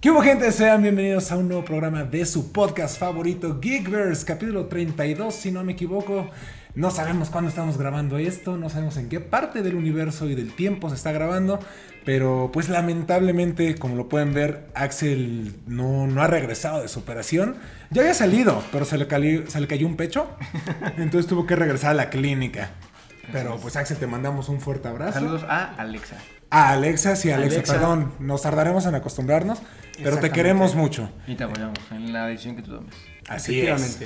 ¿Qué hubo gente? Sean bienvenidos a un nuevo programa de su podcast favorito, Geekverse, capítulo 32, si no me equivoco. No sabemos cuándo estamos grabando esto, no sabemos en qué parte del universo y del tiempo se está grabando, pero pues lamentablemente, como lo pueden ver, Axel no, no ha regresado de su operación. Ya había salido, pero se le, cali- se le cayó un pecho, entonces tuvo que regresar a la clínica. Pero pues Axel, te mandamos un fuerte abrazo. Saludos a Alexa. A Alexa, sí, Alexa, Alexa. perdón, nos tardaremos en acostumbrarnos, pero te Exactamente. queremos mucho. Y te apoyamos en la decisión que tú tomes. Así es.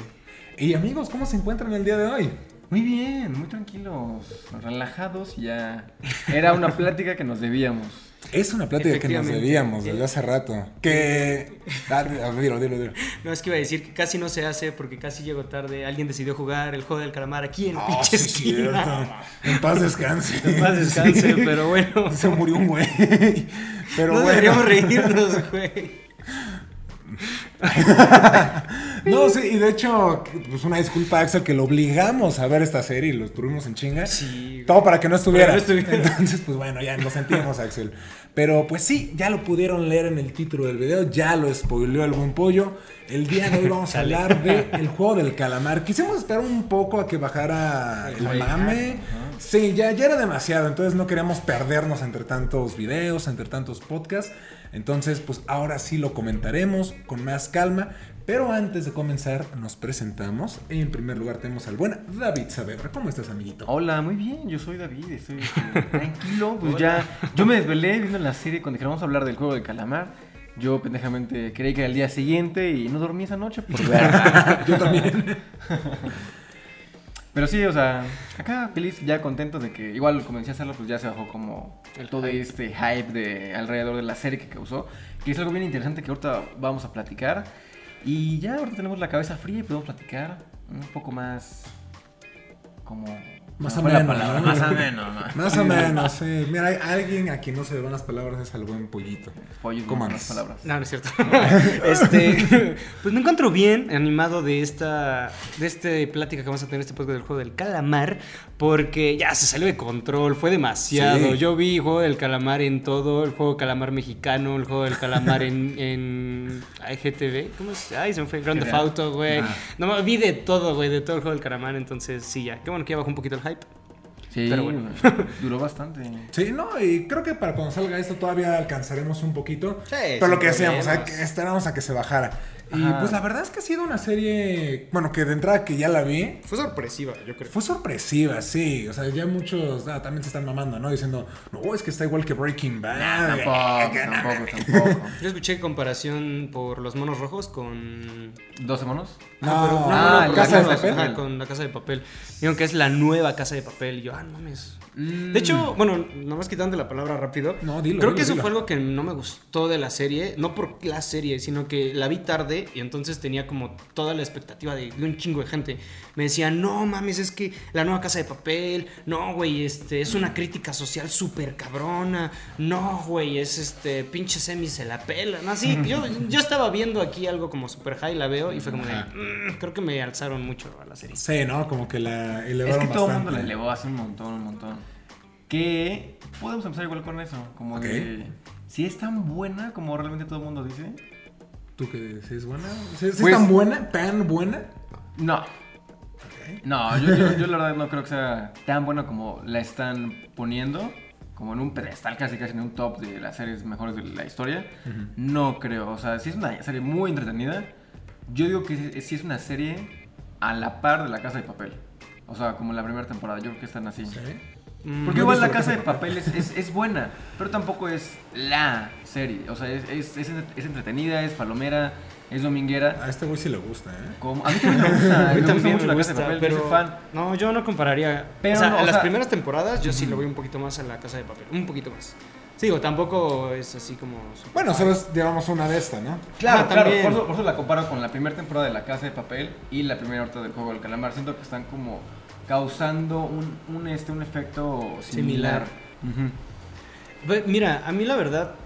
Y amigos, ¿cómo se encuentran el día de hoy? Muy bien, muy tranquilos, relajados y ya. Era una plática que nos debíamos. Es una plática que nos Efectivamente. debíamos desde hace rato. Que. Ah, dilo, dilo, dilo. No, es que iba a decir que casi no se hace porque casi llegó tarde. Alguien decidió jugar el juego del calamar aquí en la Ah, sí, pinche es esquina. cierto. En paz descanse. En paz descanse, Sí. pero bueno. Se murió un güey. Pero no bueno. deberíamos reírnos, güey. No, sí, y de hecho, pues una disculpa a Axel que lo obligamos a ver esta serie y lo tuvimos en chinga. Sí, Todo para que no estuviera. Para que no estuviera. Entonces, pues bueno, ya lo sentimos, Axel. Pero pues sí, ya lo pudieron leer en el título del video, ya lo spoileó el buen pollo. El día de hoy vamos a hablar de el juego del calamar. Quisimos esperar un poco a que bajara el hype. mame. Sí, ya, ya era demasiado, entonces no queríamos perdernos entre tantos videos, entre tantos podcasts. Entonces, pues ahora sí lo comentaremos con más calma. Pero antes de comenzar, nos presentamos. En primer lugar tenemos al buen David Saavedra. ¿Cómo estás, amiguito? Hola, muy bien, yo soy David, estoy este, tranquilo, pues ya. Yo me desvelé viendo la serie cuando dijeron vamos a hablar del juego del calamar. Yo pendejamente creí que era el día siguiente y no dormí esa noche por ver. Yo también. Pero sí, o sea, acá feliz, ya contento de que igual comencé a hacerlo, pues ya se bajó como El todo hype. este hype de alrededor de la serie que causó, que es algo bien interesante que ahorita vamos a platicar. Y ya ahorita tenemos la cabeza fría y podemos platicar un poco más como Más se me fue la ameno, palabra, ¿no? más ameno, ¿no? Más o menos, sí. Mira, hay alguien a quien no se le van las palabras es al buen pollito. Pollo ¿Cómo con las andas? palabras. No, no es cierto. este, pues me encuentro bien animado de esta, de este plática que vamos a tener este podcast del juego del calamar, porque ya se salió de control, fue demasiado. Sí. Yo vi juego del calamar en todo, el juego del calamar mexicano, el juego del calamar en, en IGTV, ¿cómo es? Ay, se me fue Grand Theft Genial. Auto, güey. No, ma- vi de todo, güey, de todo el juego del calamar, entonces sí, ya. Qué bueno que ya bajó un poquito el hype. Sí, Pero bueno. duró bastante. Sí, no, y creo que para cuando salga esto todavía alcanzaremos un poquito. Sí, pero lo sin que decíamos, problemas. hay que- esperamos a que se bajara. Y Ajá. pues la verdad es que ha sido una serie, bueno, que de entrada que ya la vi, Fue sorpresiva, yo creo. Fue sorpresiva, sí. O sea, ya muchos ah, también se están mamando, ¿no? Diciendo, no, es que está igual que Breaking Bad. Tampoco, Que no, tampoco, tampoco. Yo escuché comparación por los monos rojos con ¿Doce monos? No, pero- Ah, por Casa de los monos, Papel. ajá, con la casa de papel. Dijeron que es la nueva casa de papel. Y yo, ah, no mames. Mm. De hecho, bueno, nomás quitando la palabra rápido. No, dilo, Creo dilo, que eso dilo. fue algo que no me gustó de la serie. No por la serie, sino que la vi tarde y entonces tenía como toda la expectativa de, de un chingo de gente. Me decían, no mames, es que la nueva casa de papel. No, güey, este, es una crítica social súper cabrona. No, güey, es este, pinche semi se la pelan. Así, yo, yo estaba viendo aquí algo como super high, la veo y fue como de, Ajá. "Mm", creo que me alzaron mucho a la serie. Sí, ¿no? Como que la Es elevaron que todo el bastante. mundo la elevó hace un montón, un montón. Que podemos empezar igual con eso. Como Ok. de. Si es tan buena como realmente todo el mundo dice. ¿Tú qué? ¿Sí es buena? ¿Sí, sí Pues- es tan buena? ¿Tan buena? No. No, yo, yo- yo la verdad no creo que sea tan buena como la están poniendo. Como en un pedestal, casi casi en un top de las series mejores de la historia. No creo. O sea, sí es una serie muy entretenida. Yo digo que sí es una serie a la par de La Casa de Papel. O sea, como la primera temporada. Yo creo que están así. Mm, Porque No igual he visto la casa de papel es, es- es buena, pero tampoco es la serie. O sea, es, es- es entre- es entretenida, es palomera, es dominguera. A este güey sí le gusta, ¿eh? Como- a mí también me gusta, A me mí gusta también mucho me la casa de gusta, papel, pero yo soy fan. no, yo no compararía. Pero o sea, no, o a las sea- primeras temporadas yo sí lo voy un poquito más a la casa de papel, un poquito más. Sí, digo, tampoco es así como. super- Bueno, solo es- llevamos una de esta, ¿no? Claro, Ah, claro, también. por eso, por eso la comparo con la primera temporada de La Casa de Papel y la primera ahorita del Juego del Calamar. Siento que están como causando un, un, este, un efecto similar. Similar. Ve- Mira, a mí la verdad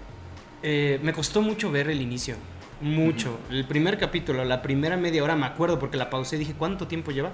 eh, me costó mucho ver el inicio. Mucho. El primer capítulo, la primera media hora, me acuerdo porque la pausé y dije, ¿cuánto tiempo lleva?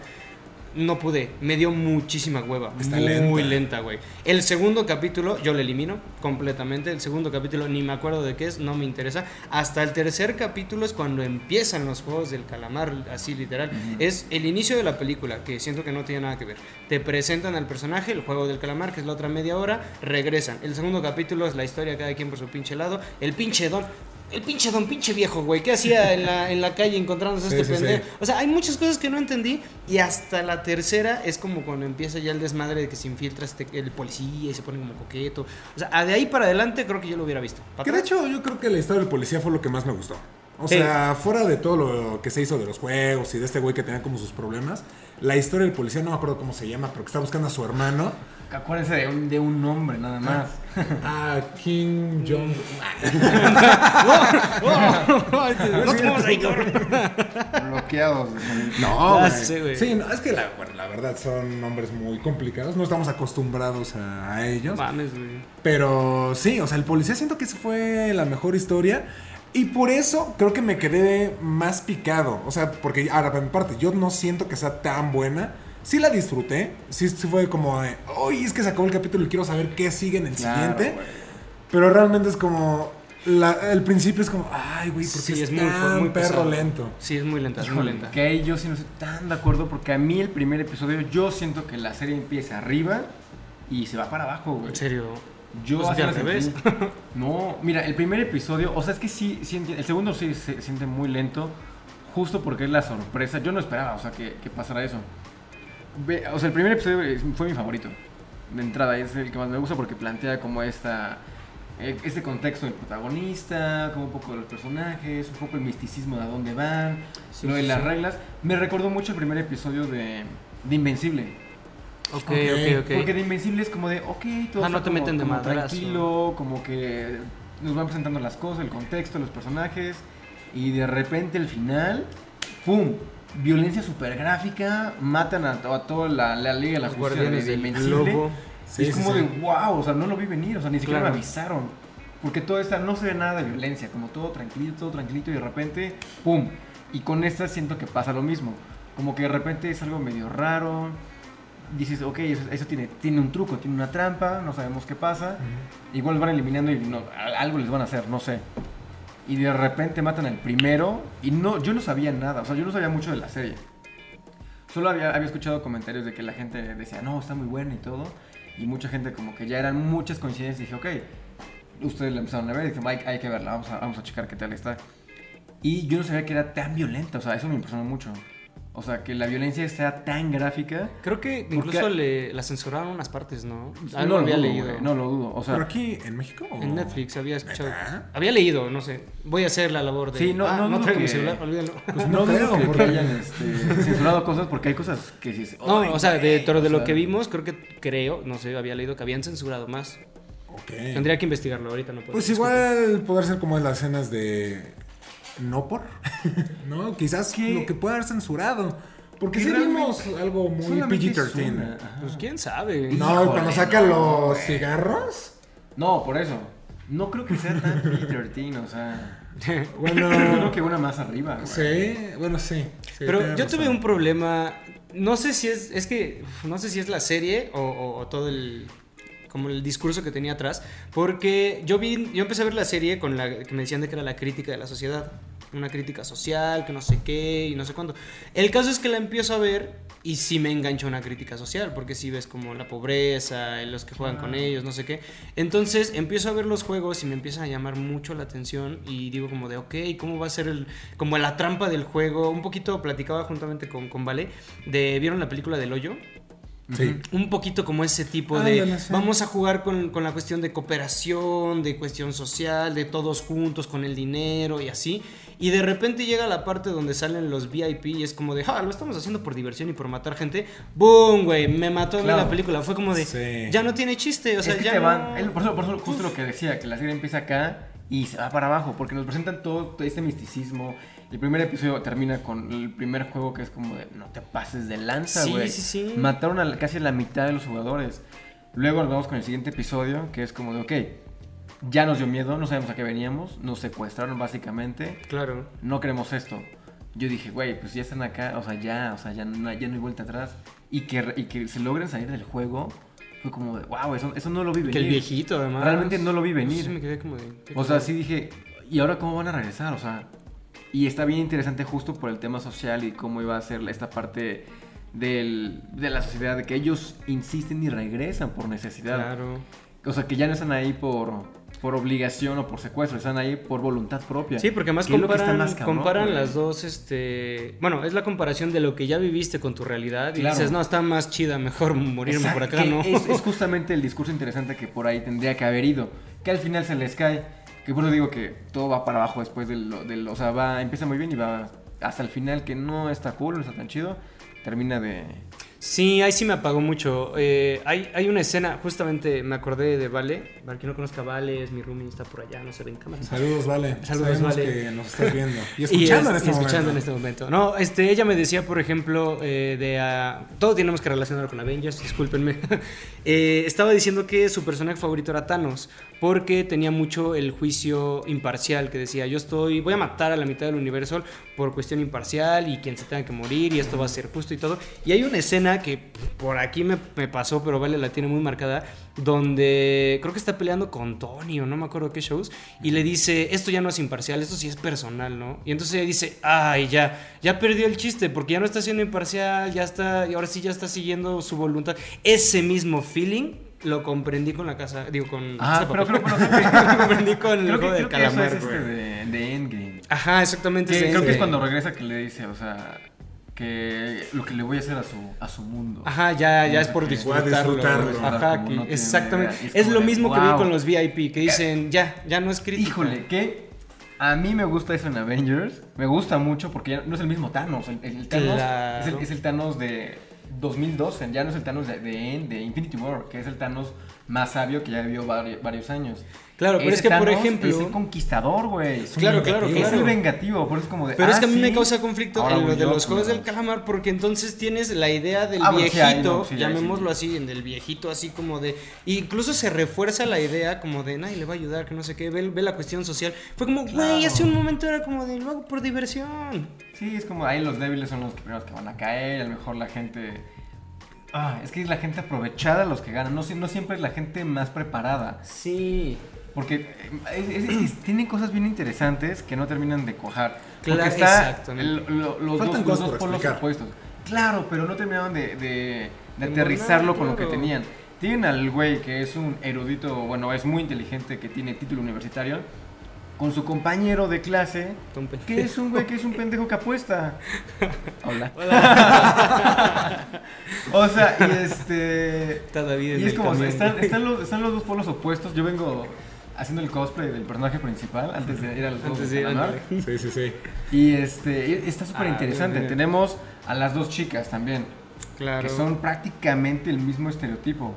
no pude. Me dio muchísima hueva. Está muy lenta. muy lenta, güey. El segundo capítulo, yo lo elimino completamente. El segundo capítulo ni me acuerdo de qué es, no me interesa. Hasta el tercer capítulo es cuando empiezan los juegos del calamar, así literal. Es el inicio de la película, que siento que no tiene nada que ver. Te presentan al personaje, el juego del calamar, que es la otra media hora, regresan. El segundo capítulo es la historia, cada quien por su pinche lado. El pinche don. El pinche don pinche viejo, güey. ¿Qué hacía en la, en la calle encontrándose Sí, este sí, sí. pendejo? O sea, hay muchas cosas que no entendí y hasta la tercera es como cuando empieza ya el desmadre de que se infiltra este- el policía y se pone como coqueto. O sea, a de ahí para adelante creo que yo lo hubiera visto. ¿Pa' Que de atrás? hecho yo creo que la historia del policía fue lo que más me gustó. O Sí. sea, fuera de todo lo que se hizo de los juegos y de este güey que tenía como sus problemas, la historia del policía no me acuerdo cómo se llama, pero que está buscando a su hermano. Acuérdense de un, de un nombre nada más. A Kim Jong. no tenemos ahí, cabrón. Bloqueados. No, Ya güey. sé, Ah, güey. Sí, no, es que la, bueno, la verdad son nombres muy complicados. No estamos acostumbrados a, a ellos. Mames, güey. Pero sí, o sea, el policía siento que esa fue la mejor historia. Y por eso creo que me quedé más picado. O sea, porque ahora, para mi parte, yo no siento que sea tan buena. Sí la disfruté. Sí, sí fue como de, ¡Uy! Es que se acabó el capítulo y quiero saber qué sigue en el Claro, siguiente. güey. Pero realmente es como. la- el principio es como, ¡ay, güey! Porque Sí, es, es muy fu- tan muy perro pesado. lento. Sí, es muy lenta, es muy Híjole, lenta. Que ahí yo sí no estoy tan de acuerdo porque a mí el primer episodio yo siento que la serie empieza arriba y se va para abajo, güey. En serio. Yo Pues, así ¿ya la te sentí. No, mira, el primer episodio, o sea, es que sí, sí enti- el segundo sí se siente muy lento, justo porque es la sorpresa. Yo no esperaba, o sea, que, que pasara eso. Ve- o sea, el primer episodio es- fue mi favorito. De entrada, es el que más me gusta porque plantea como esta eh, este contexto del protagonista, como un poco de los personajes, un poco el misticismo de a dónde van, Sí, lo de sí, las sí. reglas. Me recordó mucho el primer episodio de, de Invencible. Ok, Ok, ok, ok. Porque de Invencible es como de, ok, todo Ah, no está te como, meten de como madrazo. tranquilo, como que nos van presentando las cosas, el contexto, los personajes, y de repente el final, ¡pum! Violencia super gráfica, matan a, a toda la, la Liga de la Los Justicia de guardianes de del Invencible. globo. Sí, y es sí, como sí. de, wow, o sea, no lo vi venir, o sea, ni siquiera Claro. me avisaron. Porque todo esta, no se ve nada de violencia, como todo tranquilito, todo tranquilito, y de repente, ¡pum! Y con esta siento que pasa lo mismo. Como que de repente es algo medio raro, dices, ok, eso, eso tiene, tiene un truco, tiene una trampa, no sabemos qué pasa. Igual van eliminando y no, a- algo les van a hacer, no sé. Y de repente matan al primero y no, yo no sabía nada, o sea, yo no sabía mucho de la serie. Solo había, había escuchado comentarios de que la gente decía, no, está muy buena y todo. Y mucha gente como que ya eran muchas coincidencias. Dije, ok, ustedes la empezaron a ver. Dije, hay, hay que verla, vamos a, vamos a checar qué tal está. Y yo no sabía que era tan violenta, o sea, eso me impresionó mucho. O sea, que la violencia sea tan gráfica. Creo que Porque- incluso le, la censuraron unas partes, Ah, ¿no? no Algo lo había dudo, leído. güey, no lo dudo. O sea, ¿Pero aquí en México? o- En Netflix había escuchado. ¿Neta? Había leído, no sé. Voy a hacer la labor de. Sí, no- Ah, no dudo traigo mi que- celular, olvídalo. Pues no no creo creo, que, porque- hayan este, censurado cosas porque hay cosas que dices. No, "Ay, o sea, de, güey", pero de o lo sea, que vimos, creo que creo, no sé, había leído que habían censurado más. Ok. Tendría que investigarlo, ahorita no puedo. Pues disculpe. igual poder ser como en las escenas de no por, no, quizás ¿Qué? lo que puede haber censurado, porque Que si vimos algo muy solamente es una, PG-13. ajá. Pues quién sabe. No, y cuando Híjole, saca no, los güey. cigarros. No, por eso. No creo que sea tan PG-13, o sea. Bueno, Yo creo que una más arriba, güey. sí, bueno, sí. sí, Pero tienes yo razón. tuve un problema. No sé si es. Es que. uf, No sé si es la serie o, o- o todo el. Como el discurso que tenía atrás. Porque yo vi. Yo empecé a ver la serie con la que me decían de que era la crítica de la sociedad. Una crítica social, que no sé qué y no sé cuánto. El caso es que la empiezo a ver y sí me engancha una crítica social. Porque sí ves como la pobreza, los que juegan con ellos, no sé qué. Entonces empiezo a ver los juegos y me empiezan a llamar mucho la atención y digo como de, ok, ¿cómo va a ser el, como la trampa del juego? Un poquito platicaba juntamente con, con Vale de, ¿vieron la película del hoyo? Sí. un poquito como ese tipo Ándale, de sí. vamos a jugar con, con la cuestión de cooperación, de cuestión social, de todos juntos con el dinero y así. Y de repente llega la parte donde salen los VIP y es como de, ah, lo estamos haciendo por diversión y por matar gente. ¡Boom, güey! Me mató a mí Claro. la película. Fue como de, Sí. ya no tiene chiste. O sea, es que ya te no- Pues van. él- por eso, por eso justo lo que decía, que la serie empieza acá y se va para abajo, porque nos presentan todo, todo este misticismo. El primer episodio termina con el primer juego que es como de no te pases de lanza, Sí, güey. sí, sí. Mataron a la- casi a la mitad de los jugadores. Luego nos vamos con el siguiente episodio, que es como de, ok, ya nos dio miedo, no sabemos a qué veníamos, nos secuestraron básicamente, Claro. no queremos esto. Yo dije, güey, pues ya están acá, o sea, ya, o sea, ya no, ya no hay vuelta atrás. y que, y que se logren salir del juego, fue como de, wow, eso, eso no lo vi venir. Que el viejito, además. Realmente no lo vi venir. Sí, me quedé como de. ¿qué O sea, cosa? sí dije, ¿y ahora cómo van a regresar? O sea, y está bien interesante justo por el tema social y cómo iba a ser esta parte del- de la sociedad, de que ellos insisten y regresan por necesidad. Claro. O sea, que ya no están ahí por, por obligación o por secuestro, están ahí por voluntad propia. Sí, porque más Que es lo que está comparan, más cabrón, comparan güey. las dos, este... Bueno, es la comparación de lo que ya viviste con tu realidad y Claro. dices, no, está más chida, mejor morirme Exacto, por acá, que ¿no? Es, es justamente el discurso interesante que por ahí tendría que haber ido. Que al final se les cae. Que por eso digo que todo va para abajo después del, del- O sea, va, empieza muy bien y va hasta el final que no está cool, no está tan chido. Termina de. Sí, ahí sí me apagó mucho. Eh, hay, hay una escena, justamente me acordé de Vale. Para quien no conozca a Vale, es mi roomie, está por allá, no se ve en cámara. Saludos, Vale. Saludos, Sabemos Vale. que nos estás viendo. Y Y escuchando en es- este escuchando en momento. este momento. No, este, ella me decía, por ejemplo, eh, de... ah, todo tenemos que relacionarlo con Avengers, discúlpenme. Eh, estaba diciendo que su personaje favorito era Thanos, porque tenía mucho el juicio imparcial, que decía, yo estoy, voy a matar a la mitad del universo por cuestión imparcial y quien se tenga que morir y esto va a ser justo y todo. Y hay una escena que por aquí me, me pasó, pero Vale la tiene muy marcada, donde creo que está peleando con Tony o no me acuerdo qué shows, y le dice, esto ya no es imparcial, esto sí es personal, ¿no? Y entonces ella dice, ay, ya, ya perdió el chiste, porque ya no está siendo imparcial, ya está, y ahora sí ya está siguiendo su voluntad. Ese mismo feeling lo comprendí con la casa, digo, con... Ah, Casa de pero creo, Papel. pero creo que. lo comprendí con el creo que- juego del creo que eso calamar, es güey. este de, de Endgame. Ajá, exactamente. Que ese creo que es endgame. cuando regresa que le dice, o sea, que lo que le voy a hacer a su, a su mundo. Ajá, ya, ya es por Voy a disfrutarlo. disfrutarlo. Ajá, Como que- no tiene exactamente. idea. Y es Es como lo de, mismo que vi wow. con los VIP, que dicen, ya, ya no es crítico. Híjole, que a mí me gusta eso en Avengers. Me gusta mucho porque ya no es el mismo Thanos. El, el- el Thanos Claro. es, el, es el Thanos de 2012. Ya no es el Thanos de, de, End- de Infinity War, que es el Thanos más sabio que ya vivió vari- varios años. Claro, pero Ese es que, por Thanos ejemplo- Es el conquistador, güey. un Claro, claro, vengativo. Es el claro. vengativo, por eso es como de. Pero es ah, que a mí sí, me causa conflicto ahora en lo voy de yo, los juegos del culeros. calamar, porque entonces tienes la idea del Ah, bueno, sí, viejito, ahí no, sí, ahí llamémoslo sí. así, en del viejito, así como de. Incluso se refuerza la idea como de nadie le va a ayudar, que no sé qué, ve, ve la cuestión social. Fue como, güey, Claro. hace un momento era como de lo hago por diversión. Sí, es como ahí los débiles son los que primeros que van a caer, a lo mejor la gente... Ah, es que es la gente aprovechada los que ganan, no, si- no siempre es la gente más preparada, Sí. porque eh, es- es- es- tienen cosas bien interesantes que no terminan de cuajar. Porque Claro, está exactamente. el- lo- los Faltan dos, cosas los dos por polos explicar. opuestos. Claro, pero no terminaron de, de- de De aterrizarlo molar, con lo que claro. tenían. Tienen al güey que es un erudito, bueno, es muy inteligente, que tiene título universitario, con su compañero de clase, que es un güey que es un pendejo que apuesta. Hola. o sea, y este. Está David en Y es el como, camión, están, güey. están, los, están los dos polos opuestos. Yo vengo haciendo el cosplay del personaje principal antes de ir a los juegos Antes de de ir, Calamar. Sí, ándale. sí, sí. Y este, y está súper interesante. Ah, bien, bien. Tenemos a las dos chicas también, Claro. que son prácticamente el mismo estereotipo,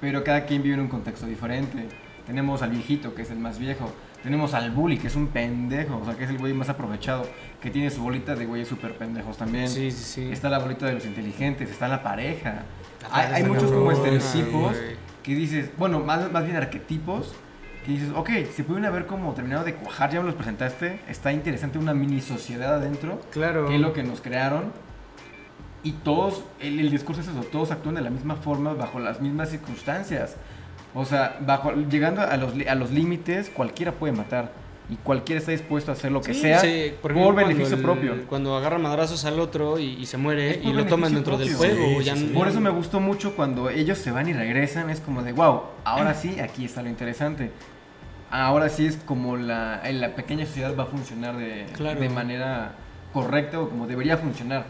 pero cada quien vive en un contexto diferente. Tenemos al viejito, que es el más viejo. Tenemos al bully, que es un pendejo, o sea, que es el güey más aprovechado, que tiene su bolita de güeyes súper pendejos también. Sí, sí, sí. Está la bolita de los inteligentes, está la pareja. La Hay, pareja hay muchos cabrona, como estereotipos güey. que dices, bueno, más, más bien arquetipos, que dices, ok, se pueden haber como terminado de cuajar, ya me los presentaste, está interesante una mini sociedad adentro, Claro. que es lo que nos crearon, y todos, el, el discurso es eso, todos actúan de la misma forma, bajo las mismas circunstancias. O sea, bajo, llegando a los, li- a los límites, cualquiera puede matar. Y cualquiera está dispuesto a hacer lo que Sí, sea sí, por, ejemplo, cuando beneficio el- propio. Cuando agarra madrazos al otro y, y se muere Es y por lo toman beneficio dentro del propio. juego. Sí, ya sí, sí. no- Por eso me gustó mucho cuando ellos se van y regresan, es como de, wow, ahora sí, aquí está lo interesante. Ahora sí es como la, eh, la pequeña sociedad va a funcionar de, Claro. de manera correcta o como debería funcionar.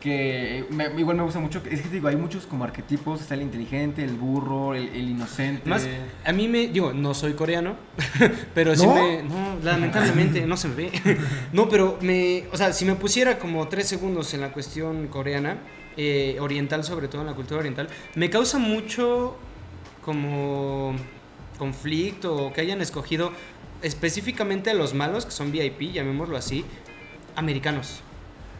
Que me- igual me gusta mucho, es que te digo, hay muchos como arquetipos, está el inteligente, el burro, el, el inocente. Más, a mí me, digo, no soy coreano, pero sí ¿No? me, no, lamentablemente no se me ve. No, pero me, o sea, si me pusiera como tres segundos en la cuestión coreana, eh, oriental sobre todo, en la cultura oriental, me causa mucho como conflicto o que hayan escogido específicamente a los malos, que son VIP, llamémoslo así, americanos.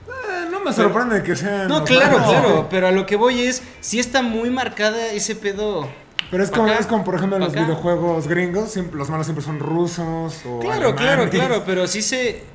Ah, no me sorprende que sean. No, los claro, malos. claro, pero a lo que voy es, si está muy marcada ese pedo. Pero es Pa' como, acá, es como, por ejemplo, en pa' los acá. videojuegos gringos, siempre- los malos siempre son rusos o Claro, claro, alemanes. claro, pero sí se...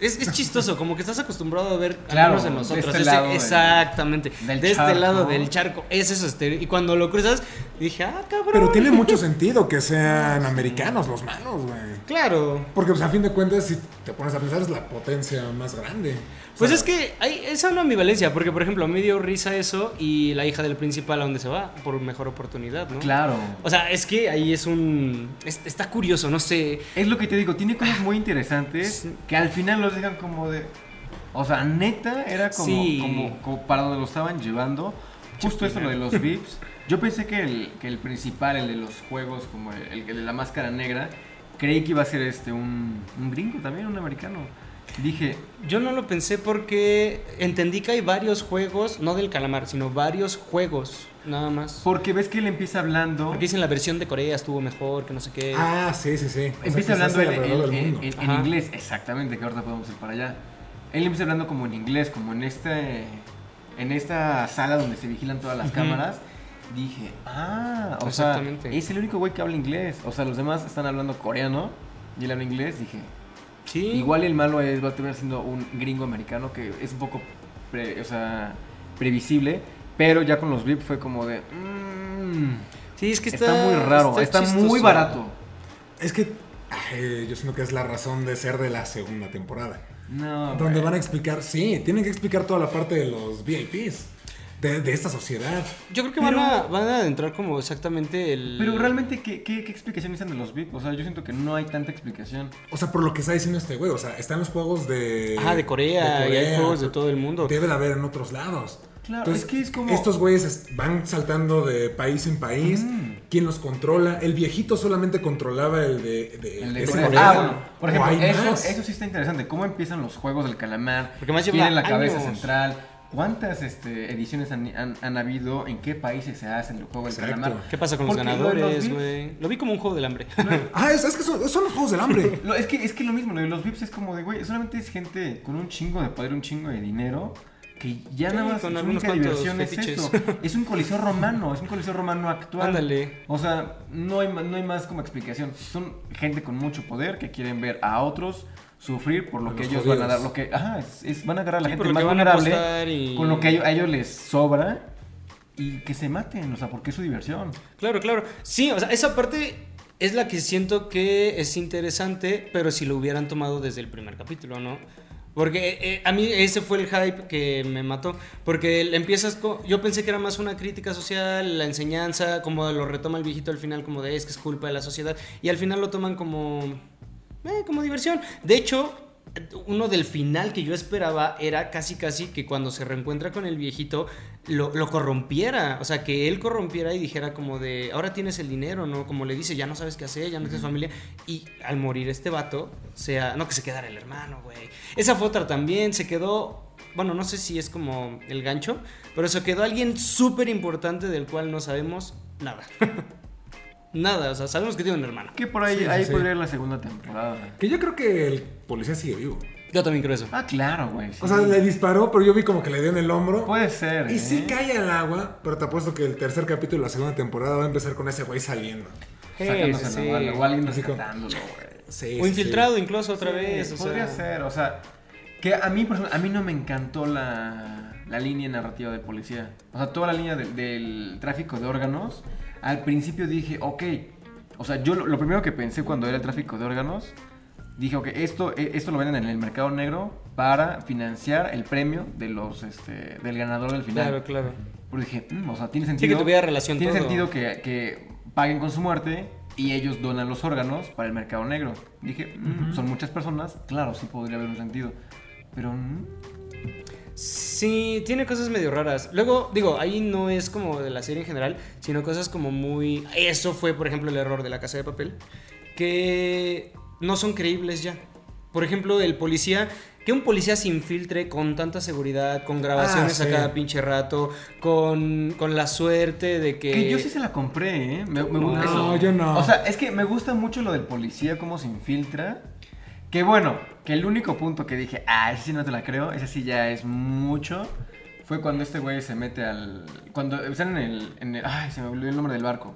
Es, es chistoso, como que estás acostumbrado a ver Claro, algunos de de nosotros. este ese- lado del- exactamente. del de este charco. lado del charco. Es eso. este, y cuando lo cruzas, dije, ah, cabrón. Pero tiene mucho sentido que sean americanos los manos, güey. Claro. Porque, pues, a fin de cuentas, si te pones a pensar, es la potencia más grande. O Pues sea, es que hay esa es la ambivalencia, porque por ejemplo, a mí dio risa eso y la hija del principal a dónde se va por mejor oportunidad, ¿no? Claro. O sea, es que ahí es un es- está curioso, no sé. Es lo que te digo, tiene cosas muy interesantes Sí. que al final los dejan como de. O sea, neta, era como, Sí. como, como para donde lo estaban llevando. Justo esto, lo de los VIPs. Yo pensé que el, que el principal, el de los juegos, como el, el de la máscara negra, creí que iba a ser este un, un gringo también, un americano. Dije, Yo no lo pensé porque entendí que hay varios juegos, no del calamar, sino varios juegos, nada más. porque ves que él empieza hablando. Porque dicen la versión de Corea estuvo mejor, que no sé qué. Ah, sí, sí, sí. O sea, Empieza que se hablando hace en, alrededor en- del mundo. en- en Ajá. inglés, exactamente, que ahorita podemos ir para allá. Él empieza hablando como en inglés, como en este en esta sala donde se vigilan todas las Ujú. cámaras. Dije, ah, o sea, Exactamente. es el único güey que habla inglés. O sea, los demás están hablando coreano y él habla inglés. Dije, sí. igual el malo es, va a terminar siendo un gringo americano que es un poco, pre- o sea, previsible. Pero ya con los VIP fue como de, mm, Sí, es que está, está muy raro, está, muy chistoso. barato. Es que ay, yo siento que es la razón de ser de la segunda temporada. No, Donde güey. van a explicar, sí, tienen que explicar toda la parte de los VIPs, de, de esta sociedad. Yo creo que van Pero- a van a entrar como exactamente el Pero realmente, ¿qué, qué, qué explicación dicen de los VIP? O sea, yo siento que no hay tanta explicación. O sea, por lo que está diciendo este güey, o sea, están los juegos de... Ajá, de Corea, y hay juegos de todo el mundo. Debe de haber en otros lados. Claro, es que es como- Estos güeyes es- van saltando de país en país. Mm. ¿Quién los controla? El viejito solamente controlaba el de... El de ese Corea. coreano. Ah, bueno, por ¿O ejemplo, hay eso, más? eso sí está interesante. ¿Cómo empiezan los juegos del calamar? Porque más lleva ¿Quién es la cabeza años. central? ¿Cuántas este, ediciones han, han- han habido? ¿En qué países se hacen el juego del Exacto. calamar? ¿Qué pasa con los Porque lo de los ganadores, VIPs- güey? Lo vi como un juego del hambre. Ah, es, es que son, son los juegos del hambre. Lo- es, que, es que lo mismo, lo de los VIPs es como de, güey, solamente es gente con un chingo de poder, un chingo de dinero, que ya Sí, nada más con su algunos única cuantos diversión es fetiches. eso. Es un coliseo romano, es un coliseo romano actual. Ándale. O sea, no hay, ma- no hay más como explicación. Son gente con mucho poder que quieren ver a otros sufrir por lo A que los ellos van a dar, jodidos. lo que, ajá, es- es- van a agarrar a la Sí, por gente lo más que van a vulnerable, apostar y- con lo que a ellos, a ellos les sobra y que se maten, o sea, porque es su diversión. Claro, claro. Sí, o sea, esa parte es la que siento que es interesante, pero si lo hubieran tomado desde el primer capítulo, ¿no? Porque eh, eh, a mí ese fue el hype que me mató. Porque el- empiezas co- Yo pensé que era más una crítica social, la enseñanza, como lo retoma el viejito al final, como de es que es culpa de la sociedad. Y al final lo toman como. eh, como diversión. De hecho, uno del final que yo esperaba era casi casi que cuando se reencuentra con el viejito lo, lo corrompiera, o sea, que él corrompiera y dijera como de, ahora tienes el dinero, ¿no? Como le dice, ya no sabes qué hacer, ya no tienes familia, y al morir este vato, sea, no que se quedara el hermano, güey. Esa fue otra también, se quedó, bueno, no sé si es como el gancho, pero se quedó alguien súper importante del cual no sabemos nada. nada, o sea, sabemos que tiene un hermano. Que por ahí, Sí, sí, ahí sí. podría ir la segunda temporada. Que yo creo que el policía sigue vivo. Yo también creo eso. Ah, claro, güey. sí. O sea, le disparó, pero yo vi como que le dio en el hombro. Puede ser. Y sí ¿eh? cae al agua, pero te apuesto que el tercer capítulo de la segunda temporada va a empezar con ese güey saliendo. sacándose Sí, sí, la sí. bala o alguien Así como- rescatándolo, güey. Sí, O infiltrado incluso otra Sí, vez. o sea. podría ser, o sea, que a mí, por ejemplo, a mí no me encantó la, la línea narrativa de policía. O sea, toda la línea del- del tráfico de órganos. Al principio dije, ok, o sea, yo lo, lo primero que pensé cuando era el tráfico de órganos, dije, ok, esto, e- esto lo venden en el mercado negro para financiar el premio de los, este, del ganador del final. Claro, claro. Porque dije, mm, o sea, tiene Sí, sentido. que tuviera relación Tiene todo. sentido que, que paguen con su muerte y ellos donan los órganos para el mercado negro. Dije, mm, son muchas personas, claro, sí podría haber un sentido. Pero mm, Sí, tiene cosas medio raras. Luego, digo, ahí no es como de la serie en general, sino cosas como muy... Eso fue, por ejemplo, el error de la casa de papel, que no son creíbles ya. Por ejemplo, el policía... Que un policía se infiltre con tanta seguridad, con grabaciones Ah, sí. a cada pinche rato, con, con la suerte de que... que yo sí se la compré, ¿eh? Me, me No, gusta yo no. O sea, es que me gusta mucho lo del policía, cómo se infiltra. Que bueno, que el único punto que dije, ah, ese sí no te la creo, ese sí ya es mucho, fue cuando este güey se mete al... Cuando están en el... En el ay, se me olvidó el nombre del barco.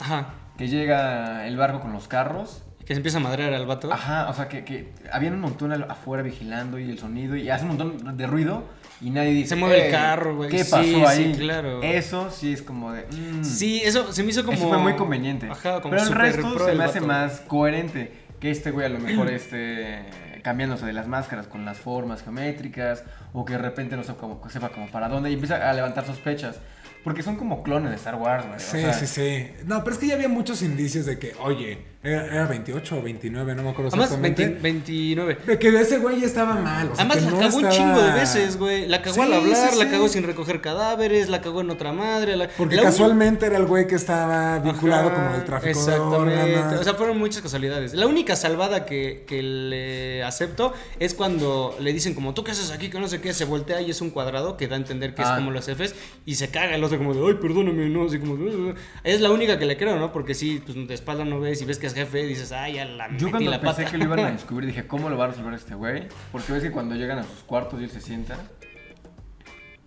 Ajá. que llega el barco con los carros Que se empieza a madrear al vato. Ajá, o sea, que, que habían un montón al- afuera vigilando y el sonido y hace un montón de ruido y nadie dice. Se mueve el "Ey, carro, güey". ¿Qué Sí, pasó sí, ahí? claro. Eso sí es como de. mm, Sí, eso se me hizo como. Eso fue muy conveniente. Ajá, como Pero el super resto pro se el me hace vato. más coherente. Que este güey a lo mejor esté cambiándose de las máscaras con las formas geométricas. O que de repente no sepa como, sepa como para dónde. Y empieza a levantar sospechas. Porque son como clones de Star Wars, güey. o Sí, sea, sí, sí. No, pero es que ya había muchos indicios de que, oye, era, era 28 o 29, no me acuerdo Además, exactamente. 20 29. De que ese güey ya estaba mal. o sea, Además, que la no cagó un estaba- chingo de veces, güey. La cagó al Sí, hablar, sí, la sí. cagó sin recoger cadáveres, la cagó en otra madre. la- Porque la uni- casualmente era el güey que estaba vinculado Ajá, como el tráfico de Exactamente. órganos. O sea, fueron muchas casualidades. La única salvada que, que le acepto es cuando le dicen como, ¿tú qué haces aquí? Que no sé qué. Se voltea y es un cuadrado que da a entender que Ah. es como los jefes. Y se caga el otro como de, ay, perdóname, no. Así como, "Uh, uh". es la única que le creo, ¿no? Porque sí, pues de espalda no ves y ves que es jefe y dices, ay, ya la Yo metí cuando la pensé pata". que lo iban a descubrir dije, ¿cómo lo va a resolver este güey? Porque ves que cuando llegan a sus cuartos y él se sienta.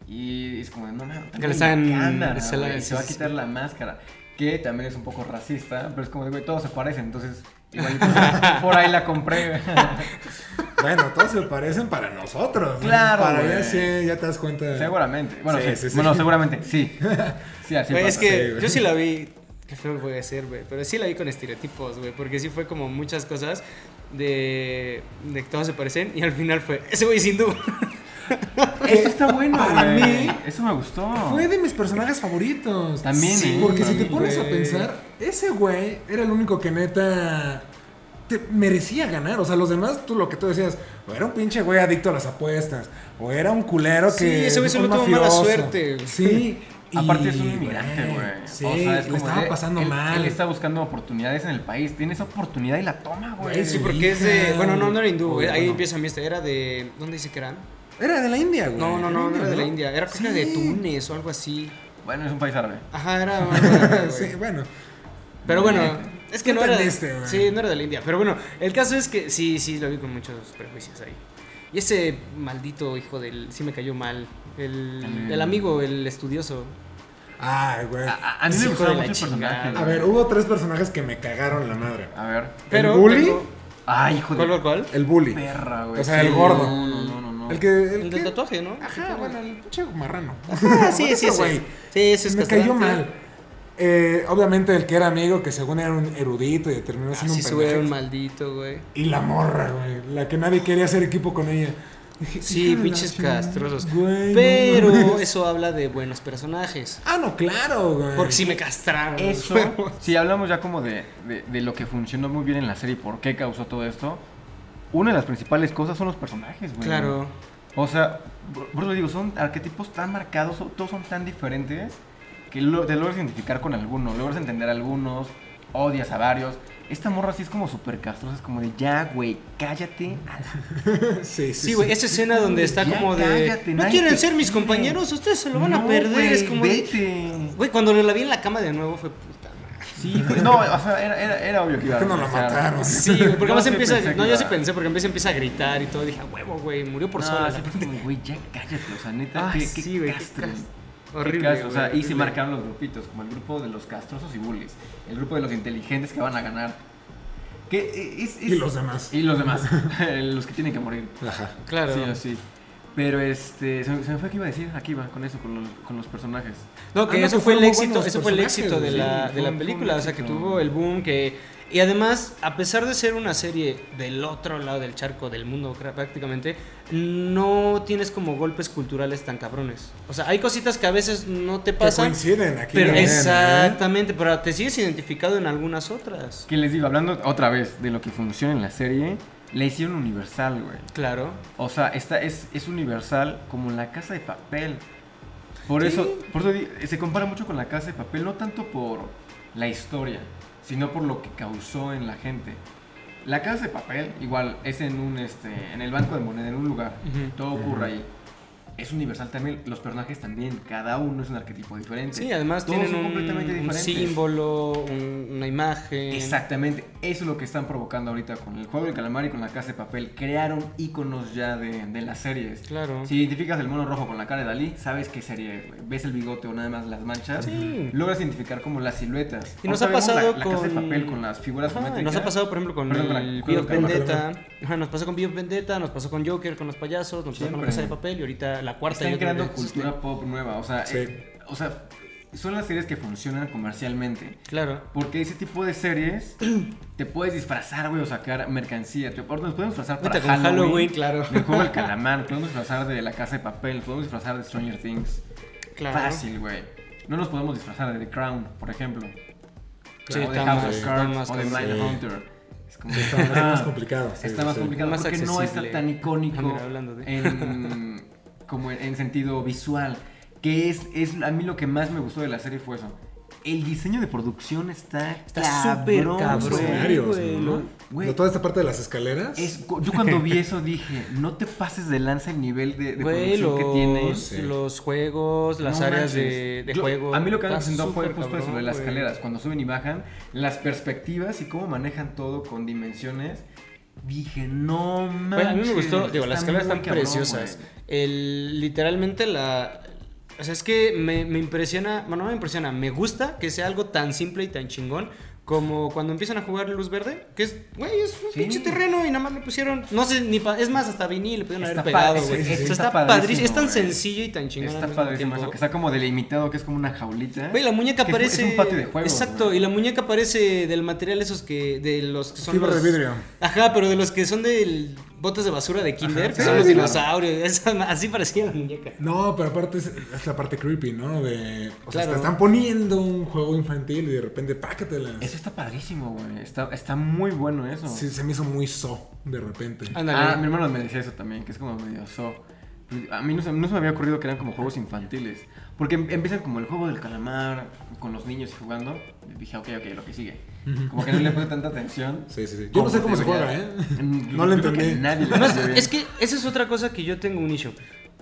Y es como, no mames, le están- cámara, se la- güey, sí, se va a sí, quitar la máscara. Que también es un poco racista, pero es como, de, güey, todos se parecen, entonces igual entonces, por ahí la compré. Bueno, todos se parecen para nosotros. ¿no? Claro, Para güey. ya, sí, ya te das cuenta. seguramente. Bueno, Sí, sí, sí, sí. bueno, seguramente, sí. Sí, así Güey, es pasa. Sí, que güey. yo sí la vi, qué feo voy a decir, güey, pero sí la vi con estereotipos, güey, porque sí fue como muchas cosas de, de que todos se parecen y al final fue, ese güey es hindú. Eso está bueno, Para güey. mí Eso me gustó. Fue de mis personajes favoritos. También, Sí, ¿eh? porque si te También, pones a güey. pensar, ese güey era el único que neta te merecía ganar. O sea, los demás, tú lo que tú decías, o era un pinche güey adicto a las apuestas, o era un culero que. Sí, ese güey un solo tuvo mala mafioso. suerte. Sí. y, Aparte es un inmigrante, güey. Sí, O sea, es le como estaba de- pasando él- mal. Él está buscando oportunidades en el país. Tiene esa oportunidad y la toma, güey. Güey, Sí, porque es de, bueno, no, no era hindú, güey, Oye, ahí bueno. empieza mi este, era de, ¿dónde dice que eran? Era de la India, güey. No, no, no, no era de la ¿no? India, era creo que Sí. de Túnez o algo así. Bueno, es un país árabe. Ajá, era... güey. sí, bueno. Pero bueno, es que Tú no era, entendiste, güey. sí, no era de la India. Pero bueno, el caso es que sí, sí, lo vi con muchos prejuicios ahí. Y ese maldito hijo del... Sí me cayó mal. El, El- el amigo, el estudioso. Ay, güey. A, a- a mí Hijo me de gustaba la mucho el personaje. chingada. A ver, hubo tres personajes que me cagaron la madre. A ver. Pero ¿El bully? tengo- Ay, hijo ¿Cuál, de cuál, cuál? El bully. perra, güey. O sea, Sí, el gordo. No, no, no, no. no. El que. El, El que- del tatuaje, ¿no? Ajá, bueno, el pinche marrano. Ah, sí, sí, Ese sí. güey. Sí, ese es Me cayó castrante. mal. Eh, obviamente el que era amigo, que según era un erudito y terminó siendo Así un Ah, sube pendejo. un maldito, güey. Y la morra, güey. La que nadie quería hacer equipo con ella. Dije, Sí, "Hija de la pinches chingada, castrosos. güey, no Pero mames". eso habla de buenos personajes. Ah, no, claro, güey. Porque sí me castraron. Eso, si hablamos ya como de, de- de lo que funcionó muy bien en la serie y por qué causó todo esto, una de las principales cosas son los personajes, güey. Claro. O sea, por por eso digo, son arquetipos tan marcados, son- todos son tan diferentes que lo- te logras identificar con alguno, logras entender a algunos, odias a varios. Esta morra sí es como súper castrosa, es como de ya, güey, cállate. Sí, sí, Sí, güey, esa escena donde está Ya como de... cállate, no nadie quieren te ser mis quiere". compañeros, ustedes se lo van a No, perder. güey, es como... de- vete. Güey, cuando la vi en la cama de nuevo fue puta madre. Sí, güey, no, o sea, era, era- era obvio que iba a Que no la regresar. mataron. Sí, güey, porque Yo además sí empieza. pensé que No, yo iba- sí pensé, porque empieza, empieza a gritar y todo. Dije, "A huevo, güey, murió por No, sola. sí, la fue como, güey, ya cállate, o sea, neta, Ay, qué, qué sí, güey, qué castre. castre. Qué Horrible, castre, o güey, sea, ahí se horrible. marcaron los grupitos, como el grupo de los castrosos y bullies, el grupo de los inteligentes que van a ganar. Que eh, es- Y es- los demás. Y los demás, eh, los que tienen que morir. Ajá. Claro. Sí, así. Pero este, se, me- se me fue que iba a decir, aquí va, con eso, con los, con los personajes. No, que Ah, no, eso que fue el fueron muy éxito, buenos eso fue el personajes, éxito de güey. la, Sí, de fue la un- película, fue un o sea, que éxito. tuvo el boom, que... Y además, a pesar de ser una serie del otro lado del charco del mundo cra- prácticamente, no tienes como golpes culturales tan cabrones. O sea, hay cositas que a veces no te Que pasan, coinciden aquí. pero también, ¿eh? exactamente, pero te sigues identificado en algunas otras. Que les digo, hablando otra vez de lo que funciona en la serie, la hicieron universal, güey. Claro. O sea, esta es, es universal como la casa de papel. Por Sí. eso, por eso di- se compara mucho con la casa de papel, no tanto por la historia, sino por lo que causó en la gente. La casa de papel, igual, es en un este, en el banco de moneda, en un lugar. Ujú. Todo ocurre ahí. es universal también. Los personajes también, cada uno es un arquetipo diferente. Sí, además Todos tienen son un, completamente un diferentes. símbolo, un- una imagen. Exactamente, eso es lo que están provocando ahorita con el juego del calamar y con la casa de papel. Crearon iconos ya de, de las series. Claro. Si identificas el mono rojo con la cara de Dalí, sabes qué serie es, güey. Ves el bigote o nada más las manchas, Sí. logras identificar como las siluetas. Y nos Ahorita ha vemos pasado la, la casa de con- papel con las figuras Ajá, geométricas. nos ha pasado, por ejemplo, con Perdón, con la- el con la Bio calma, Vendetta. Ajá, nos pasó con Bio Vendetta, nos pasó con Joker, con los payasos, nos pasó con Siempre. la casa de papel y ahorita la cuarta. Están yo creo creando que existe. cultura pop nueva. O sea, Sí. eh, o sea, son las series que funcionan comercialmente. Claro. Porque ese tipo de series te puedes disfrazar, güey, o sacar mercancía. Te, ahorita nos podemos disfrazar para Ahorita con Halloween, Halloween, claro. Del juego del calamar, nos podemos disfrazar de la casa de papel, nos podemos disfrazar de Stranger Things. Claro. Fácil, güey. No nos podemos disfrazar de The Crown, por ejemplo. Sí, o de está House más- of está más Cards o de complicado. Mindhunter. Es como Está, está Ah, más complicado. sí, está más sí. complicado Más porque no está accesible. tan icónico Ah, mira, hablando de- en, como en, en sentido visual. Que es, es a mí lo que más me gustó de la serie fue eso. El diseño de producción está Está súper Los cabrón, güey. escenarios, güey, ¿no? lo- Güey. No, Toda esta parte de las escaleras. Es- yo cuando vi eso dije, no te pases de lanza el nivel de, de Güey, producción los, que tiene. Sí. los juegos, las No áreas de, manches. de Yo- juego. A mí lo que me está presentó fue súper justo cabrón, eso de las güey. escaleras. Cuando suben y bajan, las perspectivas y cómo manejan todo con dimensiones. Dije, no manches. Güey, a mí me gustó, digo, las escaleras muy están cabrón, preciosas. güey. El, literalmente la... O sea, es que me, me impresiona, bueno, no me impresiona, me gusta que sea algo tan simple y tan chingón como cuando empiezan a jugar Luz Verde, que es, güey, es un Sí. pinche terreno y nada más le pusieron, no sé, ni pa- es más, hasta vinil le pudieron Está haber pegado, padre, sí, güey. sí, O sea, sí, está, está padrísimo, padrísimo, es tan güey. sencillo y tan chingón. al Está mismo padrísimo tiempo. eso, que está como delimitado, que es como una jaulita. Güey, la muñeca que es- aparece. Es un patio de juegos. Exacto, güey. y la muñeca aparece del material esos que. de los que son. Fibra los- de vidrio. Ajá, pero de los que son del botes de basura de Kinder, Ajá, que sí, son los sí, dinosaurios. esa- así parecía la muñeca. No, pero aparte es, es la parte creepy, ¿no? De, o sea, Claro. te están poniendo un juego infantil y de repente pácatelas. Eso está padrísimo, güey. Está, está muy bueno eso. Sí, se me hizo muy so de repente. Ándale. Ah, mi hermano me decía eso también, que es como medio so. Pues, A mí no, se- no se me había ocurrido que eran como juegos infantiles. Porque em- empiezan como el juego del calamar, con los niños jugando. Y dije, ok, ok, lo que sigue. Como que no le puse tanta atención. Sí, sí, sí. Yo no sé cómo se juega, ¿eh? No le lo entendí. No, es, es que esa es otra cosa que yo tengo un issue.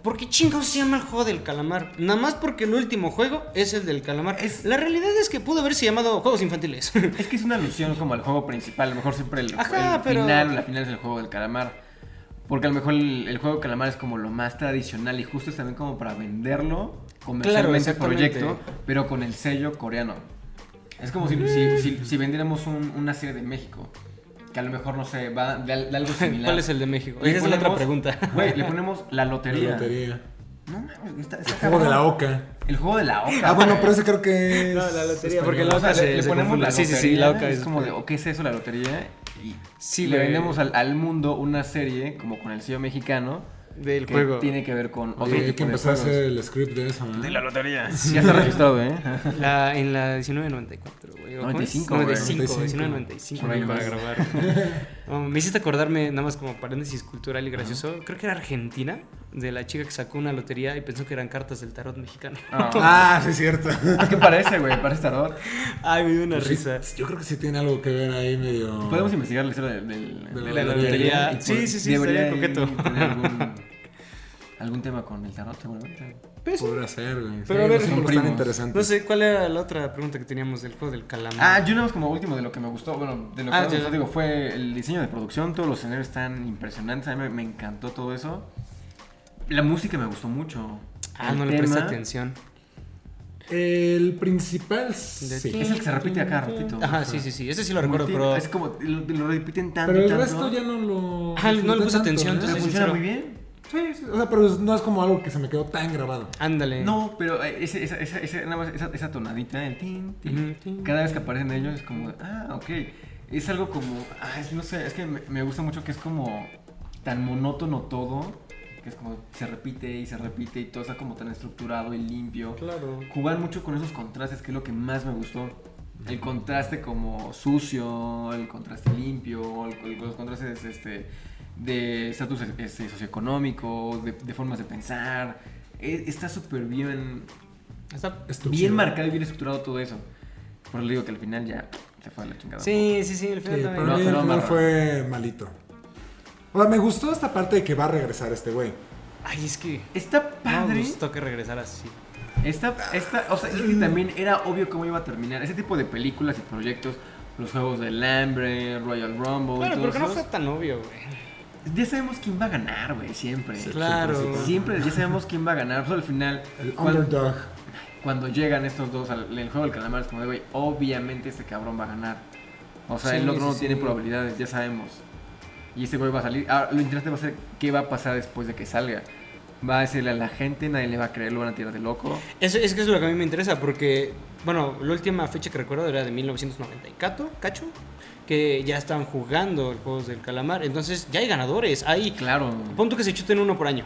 ¿Por qué chingados se llama el juego del calamar? Nada más porque el último juego es el del calamar. La realidad es que pudo haberse llamado Juegos Infantiles. Es que es una alusión como al juego principal. A lo mejor siempre el, Ajá, el pero- final o la final es el juego del calamar. Porque a lo mejor el, el juego del calamar es como lo más tradicional y justo es también como para venderlo comercialmente el exactamente. Mm. proyecto, pero con el sello coreano. Es como si, si, si- si vendiéramos un- una serie de México. Que a lo mejor, no sé, va de, de algo similar. ¿Cuál es el de México? Le Esa es la otra ponemos- pregunta. Güey, le ponemos la La lotería. lotería. No mames, está, está El juego de la cabrón. oca. El juego de la oca. Ah, bueno, güey. pero ese creo que es. No, la lotería, porque español. la O sea, oca le, se- le se ponemos confunde. la Sí, sí, lotería. sí, la oca es es- como de, "Oh, ¿qué es eso la lotería? Y Sí, le güey. vendemos al, al mundo una serie como con el sello mexicano Del que juego. tiene que ver con otro Oye, hay tipo que de empezar a juegos. hacer el script de eso. ¿eh? ¿no? De la lotería. Ya está registrado, ¿eh? La- en la 1994, güey. ¿o cómo es? 95, güey. 95, 95, 1995. güey, para grabar. No, me hiciste acordarme, nada más como paréntesis cultural y gracioso, creo que era Argentina, de la chica que sacó una lotería y pensó que eran cartas del tarot mexicano. Ah, Ah, sí, es cierto. Es que parece, güey, parece tarot. Ay, me dio una Pues risa. Sí, Yo creo que sí tiene algo que ver ahí medio. Podemos investigar la historia del, del- De de la lotería. y Sí, por- sí, sí, debería estaría ahí coqueto. tener algún, algún tema con el tarot, seguramente. Pues, Podrá ser, güey. Pero a no ver, sé son por qué es tan primos. interesante. no sé, ¿cuál era la otra pregunta que teníamos del juego del calamar? Ah, yo nada más como último de lo que me gustó, bueno, de lo que Ah, más me ya. gustó, digo, fue el diseño de producción, todos los escenarios están impresionantes, a mí me, me encantó todo eso. La música me gustó mucho. Ah, El no le tema presté atención. El principal. Sí. Es el que se repite acá, ratito. Ajá, sí, sí, sí, ese sí lo Como recuerdo, tiene- pero... Es como, lo, lo repiten tanto, Pero el tanto, resto ya no lo. Ajá, Ah, no le puse disfruté atención, pero entonces- ¿eh? funciona sincero. muy bien. Sí, sí, o sea, pero es- no es como algo que se me quedó tan grabado. Ándale. No, pero eh, ese- esa, esa, esa- nada más esa, esa tonadita, el tin, tin, Ujú, tin. cada vez que aparecen ellos es como, ah, ok. Es algo como, ah, es- no sé, es que me, me gusta mucho que es como tan monótono todo, que es como se repite y se repite y todo está como tan estructurado y limpio. Claro. Jugar mucho con esos contrastes, que es lo que más me gustó. El contraste como sucio, el contraste limpio, el- el- los contrastes este, de estatus este, socioeconómico, de, de formas de pensar. E- Está súper bien, Está- Estructura. bien marcado y bien estructurado todo eso. Por eso digo que al final ya se fue a la chingada. Sí, sí, sí, el Sí, final para también. No, mí pero el final amarra. fue malito. O sea, me gustó esta parte de que va a regresar este güey. Ay, es que. Está No, padre. nos toca regresar así. Esta, esta, o sea, es que también era obvio cómo iba a terminar. Ese tipo de películas y proyectos, los juegos del hambre, Royal Rumble. Bueno, y pero todos que no esos, fue tan obvio, güey. Ya sabemos quién va a ganar, güey, siempre. Sí, claro. sí, sí, sí. Siempre ya sabemos quién va a ganar. Pues al final, El cuando, underdog. cuando llegan estos dos al el juego del calamar, es como de, güey, obviamente este cabrón va a ganar. O sea, Sí, el otro sí, no sí. tiene probabilidades, ya sabemos. Y este güey va a salir. Ahora, lo interesante va a ser qué va a pasar después de que salga. Va a decirle a la gente, nadie le va a creer, lo van a tirar de loco. Eso, es que es lo que a mí me interesa, porque, bueno, la última fecha que recuerdo era de 1990 y cato, cacho, que ya estaban jugando el Juegos del Calamar. Entonces, ya hay ganadores. Hay. Claro. Pon tú que se chuten uno por año.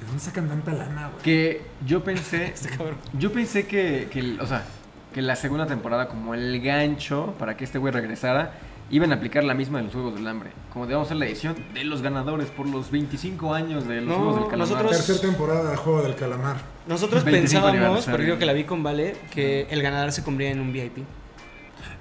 ¿De dónde sacan tanta lana, güey? Que yo pensé. Este cabrón. Yo pensé que, que el- o sea, que la segunda temporada, como el gancho para que este güey regresara, iban a aplicar la misma de los Juegos del Hambre. Como de vamos a hacer la edición de los ganadores por los 25 años de los No, Juegos del Calamar. nosotros- Tercer temporada del juego del calamar. Nosotros 25 pensábamos, aniversario. porque yo que la vi con Vale, que el ganador se convertía en un VIP.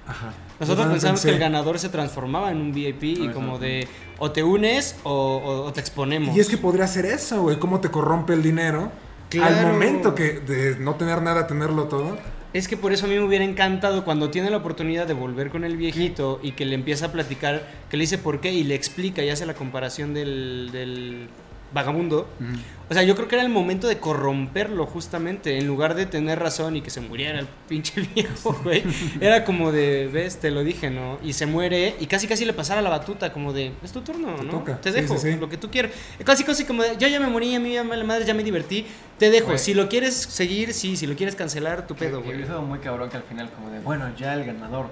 Ajá. Nosotros Yo también pensábamos que el pensé. ganador se transformaba en un VIP y Exacto. como de o te unes o, o- o te exponemos. Y es que podría ser eso, güey. Cómo te corrompe el dinero. Al Claro. momento que de no tener nada, tenerlo todo. Es que por eso a mí me hubiera encantado cuando tiene la oportunidad de volver con el viejito y que le empieza a platicar, que le dice por qué y le explica y hace la comparación del, del vagabundo. Ujú. O sea, yo creo que era el momento de corromperlo justamente, en lugar de tener razón y que se muriera el pinche viejo, güey. Era como de, ves, te lo dije, ¿no? Y se muere y casi casi le pasara la batuta, como de, es tu turno, Te ¿no? toca. Te Sí, dejo, sí, sí. lo que tú quieras. Casi casi como de, yo ya me morí, a mí ya me la madre, ya me divertí, te dejo. Güey. Si lo quieres seguir, sí, si lo quieres cancelar, tu Que- que pedo, güey. hubiera estado muy cabrón que al final, como de, bueno, ya el ganador.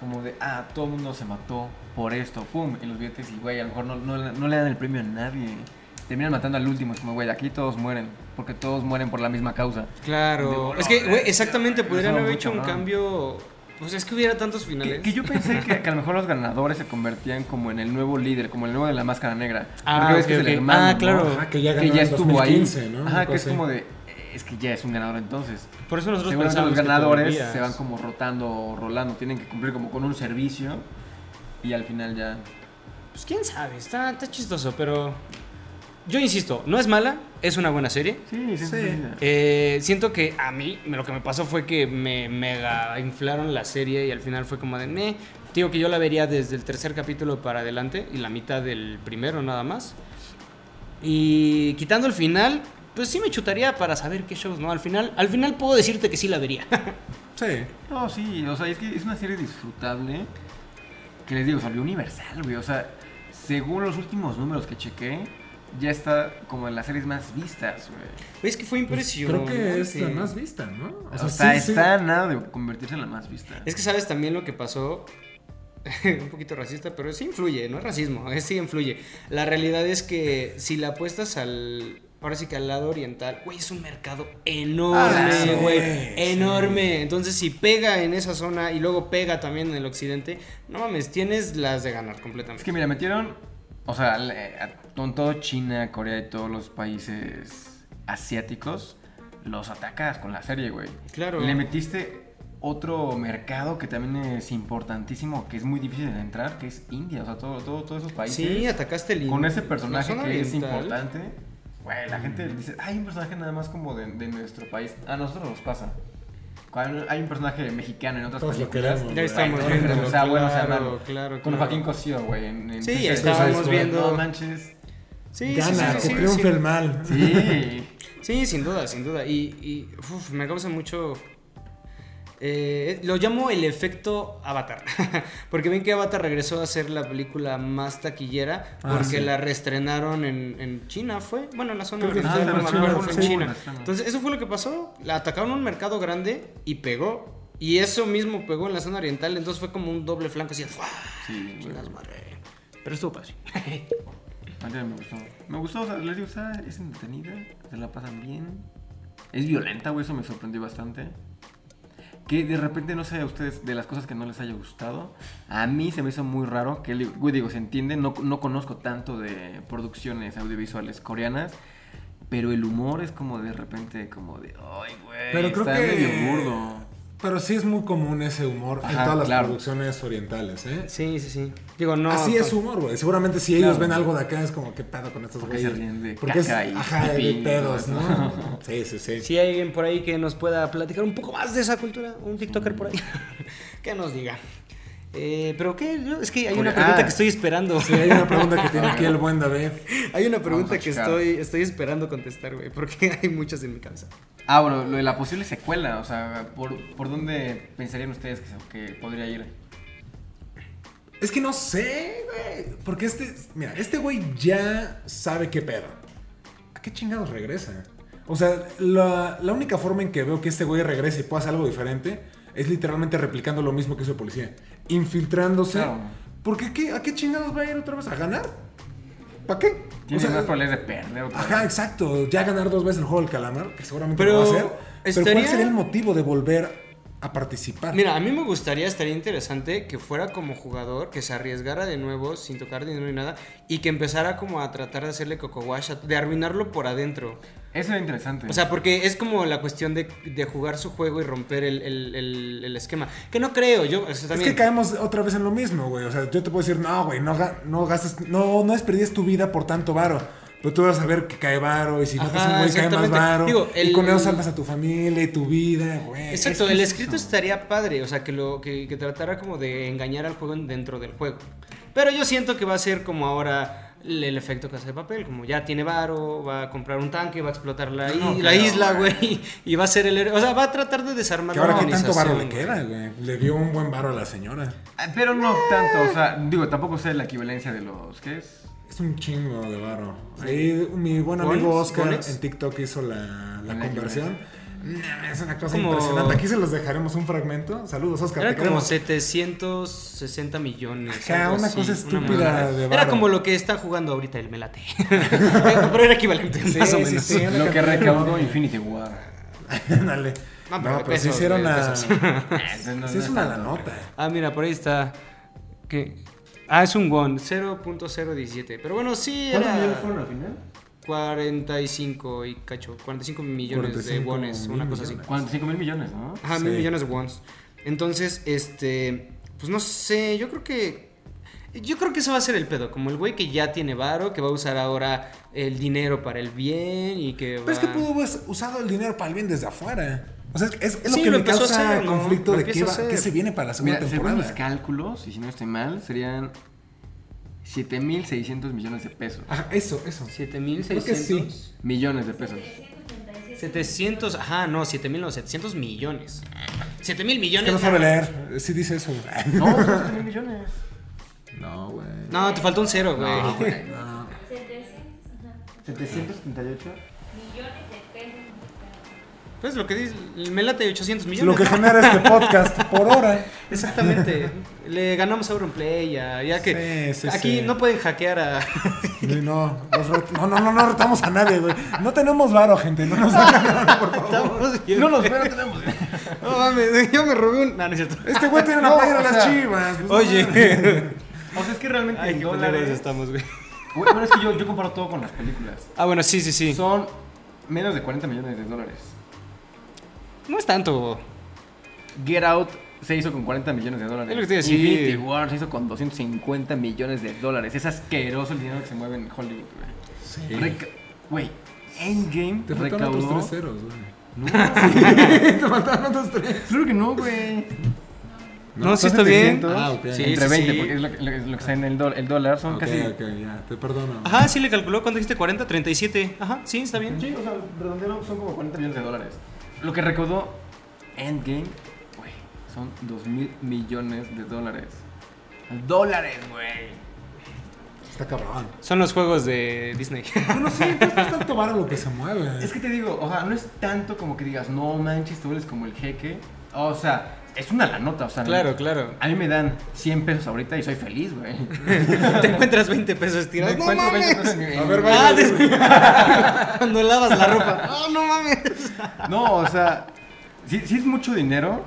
Como de, ah, todo el mundo se mató por esto, pum, y los billetes, y güey, a lo mejor no, no le- no le dan el premio a nadie. Terminan matando al último, es como, güey, aquí todos mueren, porque todos mueren por la misma causa. De Claro. volada, Es que, güey, sí, exactamente, güey, podrían eso haber muy hecho un cabrón. cambio. Pues es que hubiera tantos Que, finales. que yo pensé que, que a lo mejor los ganadores se convertían como en el nuevo líder, como el nuevo de la máscara negra. Ah, Porque ves ok, que es ok. el hermano, Ah, ¿no? claro. Ajá, que ya ganó que ya en estuvo 2015, ahí. ¿no? Una Ajá, que es cosa como así. de. eh, Es que ya es un ganador entonces. Por eso nosotros Seguramente pensábamos los que te ganadores volvías. se van como rotando o rolando. Tienen que cumplir como con un servicio. Y al final ya. Pues quién sabe, está, está chistoso, pero. Yo insisto, no es mala, es una buena serie. Sí, sí, sí. sí. Eh, siento que a mí me- lo que me pasó fue que me mega inflaron la serie y al final fue como de me. Digo que yo la vería desde el tercer capítulo para adelante y la mitad del primero nada más. Y quitando el final, pues sí me chutaría para saber qué shows, ¿no? Al final, al final puedo decirte que sí la vería. Sí. Pues, No, sí. O sea, es que es una serie disfrutable. Que les digo, salió universal, güey. O sea, según los últimos números que chequé, ya está como en las series más vistas, güey. es que fue Pues, Creo impresionante. que es la más vista, ¿no? Ah, O sea, está, sí, sí. está a nada de convertirse en la más vista. Es que sabes también lo que pasó. un poquito racista, pero sí influye, no es racismo, eh, sí influye. La realidad es que si la apuestas al. Ahora sí que al lado oriental, güey, es un mercado Ah, sí, enorme, güey. sí. enorme. Entonces, si pega en esa zona y luego pega también en el occidente, no mames, tienes las de ganar completamente. Es que mira, metieron, o sea, le- a- con todo China, Corea y todos los países asiáticos, los atacas con la serie, güey. Claro. Le metiste otro mercado que también es importantísimo, que es muy difícil de entrar, que es India, o sea, todo, todo, todos esos países. sí, atacaste el con in- ese la personaje que zona es oriental. importante. Güey, la gente dice, hay un personaje nada más como de, de nuestro país. A nosotros nos pasa. Cuando hay un personaje mexicano en otras Pues Todos lo películas. queremos, Ya güey. estamos Güey, viendo. O sea, bueno, o sea, claro, malo. claro, Con claro. Joaquín Cosío, güey. En, en Sí, Princesa Diaries, estábamos viendo- No manches. Sí, sí, Gana, sí, que sí, triunfe sí. el mal. Sí. Sí, sin duda, sin duda. Y, y, uf, me causa mucho... eh, lo llamo el efecto Avatar. porque ven que Avatar regresó a ser la película más taquillera. Ah, Porque sí. la reestrenaron en, en China, ¿fue? Bueno, en la zona Creo que oriental, sí, no me la acuerdo, reestrenaron, fue en sí. China. La reestrenaron. Entonces, eso fue lo que pasó. La atacaron a un mercado grande y pegó. Y eso mismo pegó en la zona oriental. Entonces fue como un doble flanco así. ¡fua! Sí, güey. Chingas madre. Pero estuvo padre. A mí me gustó. Me gustó, o sea, les digo, o sea, es entretenida. Se la pasan bien. Es violenta, güey, eso me sorprendió bastante. Que de repente, no sé a ustedes, de las cosas que no les haya gustado, a mí se me hizo muy raro, que digo- güey, digo, se entiende, no, no conozco tanto de producciones audiovisuales coreanas, pero el humor es como de repente, como de, ay, güey, Pero creo está que- medio burdo. Pero sí es muy común ese humor en Ajá, todas las claro. producciones orientales, ¿eh? Sí, sí, sí. Digo, no. Así es con- humor, güey. Seguramente si ellos ven algo de acá es como, ¿qué pedo con estos Porque se güeyes? ríen de Porque es, caca y ajá, de pipí y pedos, todo ¿no? eso. Sí, sí, sí. Si hay alguien por ahí que nos pueda platicar un poco más de esa cultura, un TikToker por ahí, que nos diga. Eh, Pero qué, Yo- es que hay una Ah. pregunta que estoy esperando. Sí, hay una pregunta que tiene aquí el buen David. Hay una pregunta Vamos a que checar. estoy, estoy esperando contestar, güey, porque hay muchas en mi cabeza. Ah, bueno, lo de la posible secuela, o sea, ¿por, por dónde pensarían ustedes que, se- que podría ir? Es que no sé, güey. Porque este, mira, este güey ya sabe qué pedo. ¿A qué chingados regresa? O sea, la, la única forma en que veo que este güey regrese y pueda hacer algo diferente es literalmente replicando lo mismo que hizo el policía. Infiltrándose. Claro. Porque ¿qué- ¿a qué chingados va a ir otra vez? ¿A ganar? ¿Para qué? O Tiene sea, más probabilidades de perder. otra Ajá, vez. exacto. Ya ganar dos veces el juego del calamar, que seguramente Pero lo va a hacer. Pero ¿cuál estaría- sería el motivo de volver a participar? Mira, a mí me gustaría, estaría interesante que fuera como jugador, que se arriesgara de nuevo sin tocar dinero ni nada y que empezara como a tratar de hacerle coco wash, a- de arruinarlo por adentro. Eso era interesante. O sea, porque es como la cuestión de, de jugar su juego y romper el, el- el- el esquema. Que no creo, yo eso Es también. que caemos otra vez en lo mismo, güey. O sea, yo te puedo decir, no, güey, no, ga- no gastes, no, no desperdíes tu vida por tanto varo. Pero tú vas a ver que cae varo y si no te Ajá, un güey, cae más exactamente. varo. Digo, Y el- con eso salvas a tu familia y tu vida, güey. Exacto, Es que el es escrito eso. estaría padre, o sea, que, lo, que, que tratara como de engañar al juego en- dentro del juego. Pero yo siento que va a ser como ahora el, el efecto casa de papel, como ya tiene varo, va a comprar un tanque, va a explotar la, No i- la creo, isla, güey. güey, y va a ser el héroe. O sea, va a tratar de desarmar Que ahora la qué tanto varo le organización, queda, güey. Le dio un buen varo a la señora. Ah, Pero no tanto, o sea, digo, tampoco sé la equivalencia de los. ¿Qué es? Es un chingo de varo. Ahí mi buen amigo ¿Goles? Oscar ¿Goles? en TikTok hizo la, la La conversión. Nah, Es una cosa Como- impresionante. Aquí se los dejaremos un fragmento. Saludos, Oscar. Era te como queremos. 760 millones. Ajá, algo una así, cosa estúpida mamada. de Era varo. como lo que está jugando ahorita el Melate. Pero era equivalente, más o sí, menos. sí. Lo que recaudó Infinity War. Dale. No, No, pero, pero de sí pesos, hicieron güey, de la. pesos. Ah, Entonces, no- Sí, no es una la tanto, nota. Ah, mira, por ahí está. que Ah, es un won, 0.017. Pero bueno, sí, pero- ¿Cuántos era millones fueron al final? 45 y cacho, 45 millones de 45 wones, una mil cosa así. millones. 45 mil millones, ¿no? Ajá, mil Sí. millones de wons. Entonces, este, pues no sé, yo creo que... Yo creo que ese va a ser el pedo, como el güey que ya tiene varo, que va a usar ahora el dinero para el bien y que... Pero es va- que pudo haber usado el dinero para el bien desde afuera. O sea, es, es lo Sí, que lo me empezó a causa hacer, ¿no? conflicto Lo de qué, empieza a va- hacer. qué se viene para la segunda Mira, según mis temporada. cálculos, y si no estoy mal, serían 7.600 millones de pesos. Ajá, eso, eso. 7600. Creo que sí. Millones de pesos. 700, ajá, no, 7000 no, 700 millones. 7000 Es que millones. no sabe leer. Sí dice eso. No, Ah, son 7.000 millones. No, güey. No, te falta un cero, güey. Ah, No, güey. 700 ajá, millones 738. de pesos. Pues lo que dice, me late 800 millones. Lo que genera este podcast por hora. Exactamente. Le ganamos a Auronplay, ya, ya que Sí, sí, aquí sí. no pueden hackear a... Y No, los ret- no, no, no, no retamos a nadie, güey. No tenemos varo, gente. No nos hagan varo, por favor. Estamos bien. No los veo, no tenemos. No mames, yo me robé un... No, no es cierto. Este güey tiene una No, playera de o las sea, chivas. pues, no mames. Oye. O sea, es que realmente Ay, en qué pendejos dólares. estamos, güey. Güey, Bueno, es que yo, yo comparo todo con las películas. Ah, bueno, sí, sí, sí. Son menos de 40 millones de dólares. No es tanto. Get Out se hizo con 40 millones de dólares. Es lo que te iba a decir. Infinity War se hizo con 250 millones de dólares. Es asqueroso el dinero que se mueve en Hollywood, güey. Reca- Güey, Endgame Te faltaron otros recaudó. tres ceros, güey. No, Te faltaron otros tres. claro que no, güey. No, sí está bien. 700, Ah, ok. Sí, Entre sí, 20, sí. porque es lo, que- lo que- lo que está en el, dol- el dólar. Son Ok, casi. ok, ya, te perdono. Ajá, sí le calculó. ¿Cuánto dijiste? 40, 37. Ajá, sí, está bien. Sí, o sea, redondearon son como 40 millones de dólares. Lo que recaudó Endgame, güey, son 2 mil millones de dólares. Dólares, güey. Está cabrón. Son los juegos de Disney. Yo no sé, pues, no es tanto varo lo que se mueve. Es que te digo, o sea, no es tanto como que digas, no manches, tú eres como el jeque. O sea, es una la nota, o sea. Claro, claro. A mí me dan 100 pesos ahorita y soy feliz, güey. Te encuentras 20 pesos Me tirados. ¡No encuentro 20 mames! pesos en mi- A ver, Ah, vaya. des- Cuando lavas la ropa. ¡Oh, no mames! No, o sea, sí, sí es mucho dinero,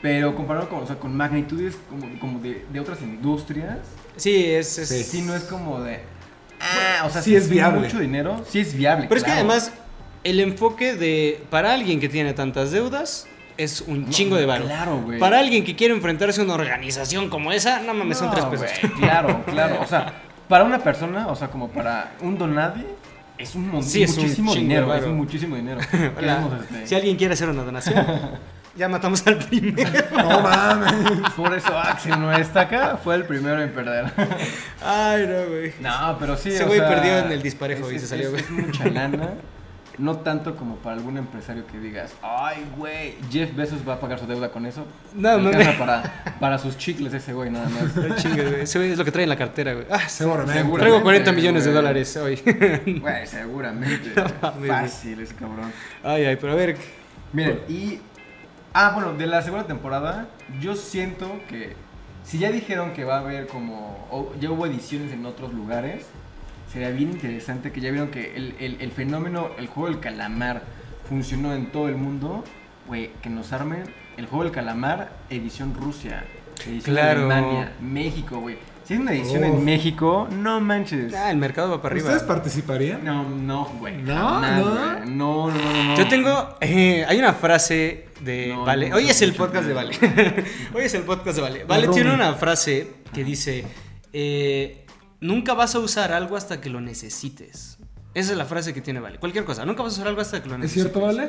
pero comparado con, o sea, con magnitudes como, como de, de otras industrias, Sí, es. es- Sí. sí no es como de... Ah, o sea, Sí es viable. mucho dinero, sí es viable. Pero es que claro. además, el enfoque de. Para alguien que tiene tantas deudas, es un chingo de varo. claro, güey. Para alguien que quiere enfrentarse a una organización como esa, no mames, son No, tres pesos. güey, claro, claro. O sea, para una persona, o sea, como para un donadie, es un mon- Sí, es un muchísimo chingo dinero. de Es varo. un muchísimo dinero. Hola. Queremos, este, Si alguien quiere hacer una donación, ya matamos al primero. No mames. Por eso Axel no está acá. Fue el primero en perder. Ay, no, güey. No, pero sí. Ese o güey sea, perdió en el disparejo es- y se es- salió, Es, güey. es mucha lana. No tanto como para algún empresario que digas, ay, güey, Jeff Bezos va a pagar su deuda con eso. No, Le no, alcanza no. para, para sus chicles ese güey, nada más. No chingues, güey. Ese güey es lo que trae en la cartera, güey. Ah, Seguramente. Seguro. traigo 40 millones de güey. dólares hoy. Güey, seguramente. No mames, güey. Fácil ese cabrón. Ay, ay, pero a ver. Miren, y. Ah, bueno, de la segunda temporada, yo siento que. Si ya dijeron que va a haber como. o ya hubo ediciones en otros lugares. Sería bien interesante que ya vieron que el, el- el fenómeno, el juego del calamar, funcionó en todo el mundo. Güey, que nos armen el juego del calamar, edición Rusia, edición Claro. Alemania, México, güey. Si es una edición Uf. en México, no manches. Ah, el mercado va para arriba. ¿Ustedes participarían? No, no, güey. No, jamás, no. güey. No, no, no, no. Yo tengo. eh, hay una frase de No, Vale. no, Hoy no, es el no, podcast de no. Vale. Hoy es el podcast de Vale. Vale Rumi. tiene una frase que dice: eh, Nunca vas a usar algo hasta que lo necesites. Esa es la frase que tiene Vale. Cualquier cosa. Nunca vas a usar algo hasta que lo ¿Es necesites. cierto, vale?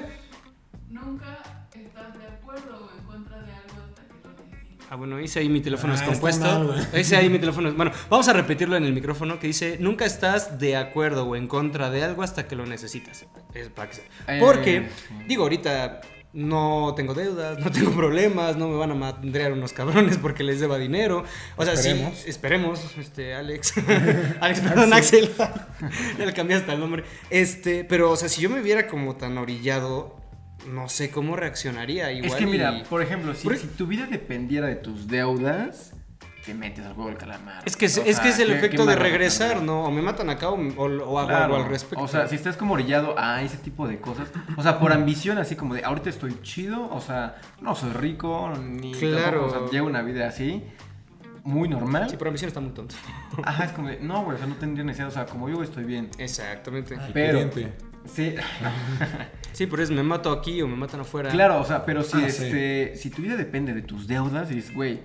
Nunca estás de acuerdo o en contra de algo hasta que lo necesites. Ah, bueno, hice ahí mi teléfono Ah, está mal, descompuesto. güey. Hice ahí mi teléfono. Bueno, vamos a repetirlo en el micrófono que dice: Nunca estás de acuerdo o en contra de algo hasta que lo necesitas. Es para que se- Eh, Porque, sí. digo, ahorita no tengo deudas, no tengo problemas, no me van a madrear unos cabrones porque les deba dinero. O sea, Esperemos. Ah, sí, esperemos, este, Alex. Alex, perdón, Axel. ya le cambié hasta el nombre. Este, pero, o sea, si yo me viera como tan orillado, no sé cómo reaccionaría. Igual es que y- mira, por ejemplo, si, Por- si tu vida dependiera de tus deudas, te metes al juego del calamar. Es que es, O es sea, que es el qué- qué efecto de mala regresar, onda. ¿no? O me matan acá o, o- o hago Claro. algo al respecto. O sea, si estás como orillado a ese tipo de cosas, o sea, por ambición, así como de ahorita estoy chido, o sea, no soy rico, ni Claro. tampoco, o sea, llevo una vida así, muy normal. Sí, pero ambición está muy tonto. Ajá, es como de, no, güey, o sea, no tendría necesidad, o sea, como yo güey, estoy bien. Exactamente. Ay, Pero- cliente. Sí, Sí, pero es me mato aquí o me matan afuera. Claro, o sea, pero si Ah, sí. este, si tu vida depende de tus deudas y dices, güey,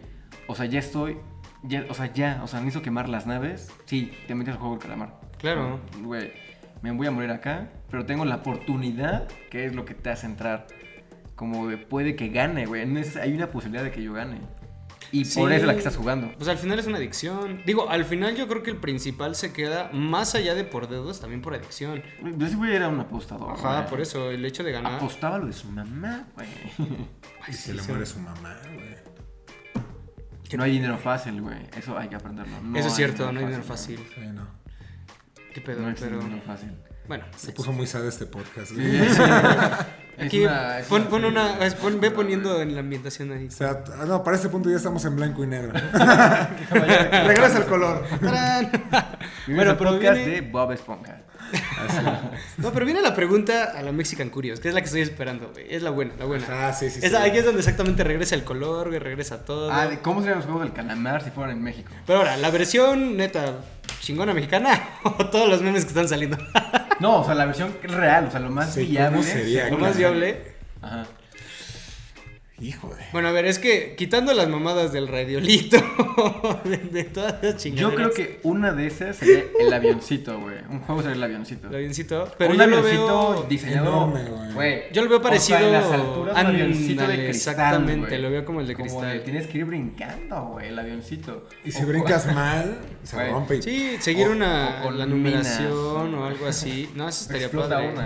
o sea, ya estoy, ya, o sea, ya, o sea, necesito quemar las naves, sí, te metes al juego del calamar. Claro. Güey, me voy a morir acá, pero tengo la oportunidad, que es lo que te hace entrar. Como de, puede que gane, güey, no es- hay una posibilidad de que yo gane. Y Sí. por eso es la que estás jugando. Pues al final es una adicción. Digo, al final yo creo que el principal se queda más allá de por dedos, también por adicción. Yo sí, güey, era un apostador. Ajá, güey. por eso, el hecho de ganar. Apostaba lo de su mamá, güey. Y se le muere su mamá, güey. Que no hay dinero fácil, güey. Eso hay que aprenderlo. No Eso es hay cierto, no hay dinero güey. fácil. Sí, no. Qué pedo, No es pero. dinero fácil. Bueno, Se puso muy sad este podcast, güey. aquí pon, pon una. es- pon- ve poniendo en la ambientación ahí. O sea, t- no, para este punto ya estamos en blanco y negro. Regresa el color. ¡Tarán! bueno, bueno, pero podcast viene- de Bob Esponja. No, pero viene la pregunta a la Mexican Curious, que es la que estoy esperando, güey. Es la buena, la buena. Ah, sí, sí. sí. Esa- aquí es donde exactamente regresa el color, güey, regresa todo. Ah, de ¿cómo serían los juegos del calamar si fueran en México? Pero ahora, la versión neta chingona mexicana o todos los memes que están saliendo. No, o sea, la versión real, o sea, lo más Sí, ¿cómo viable. sería? Lo según más la- viable. Ajá. Hijo de. Bueno, a ver, es que quitando las mamadas del radiolito, de, de todas las Yo chingaderas. creo que una de esas sería el avioncito, güey. Un juego sería el avioncito. El avioncito. Pero un yo lo avioncito veo. diseñado. enorme, güey. Yo lo veo o sea, parecido. en las alturas, un Ándale, avioncito de cristal, exactamente, güey. lo veo como el de cristal. tienes que ir brincando, güey, el avioncito. Y si O- brincas mal, se Güey. rompe. y- Sí, seguir O- una o con la minas. numeración o algo así. No, eso estaría explota padre. una.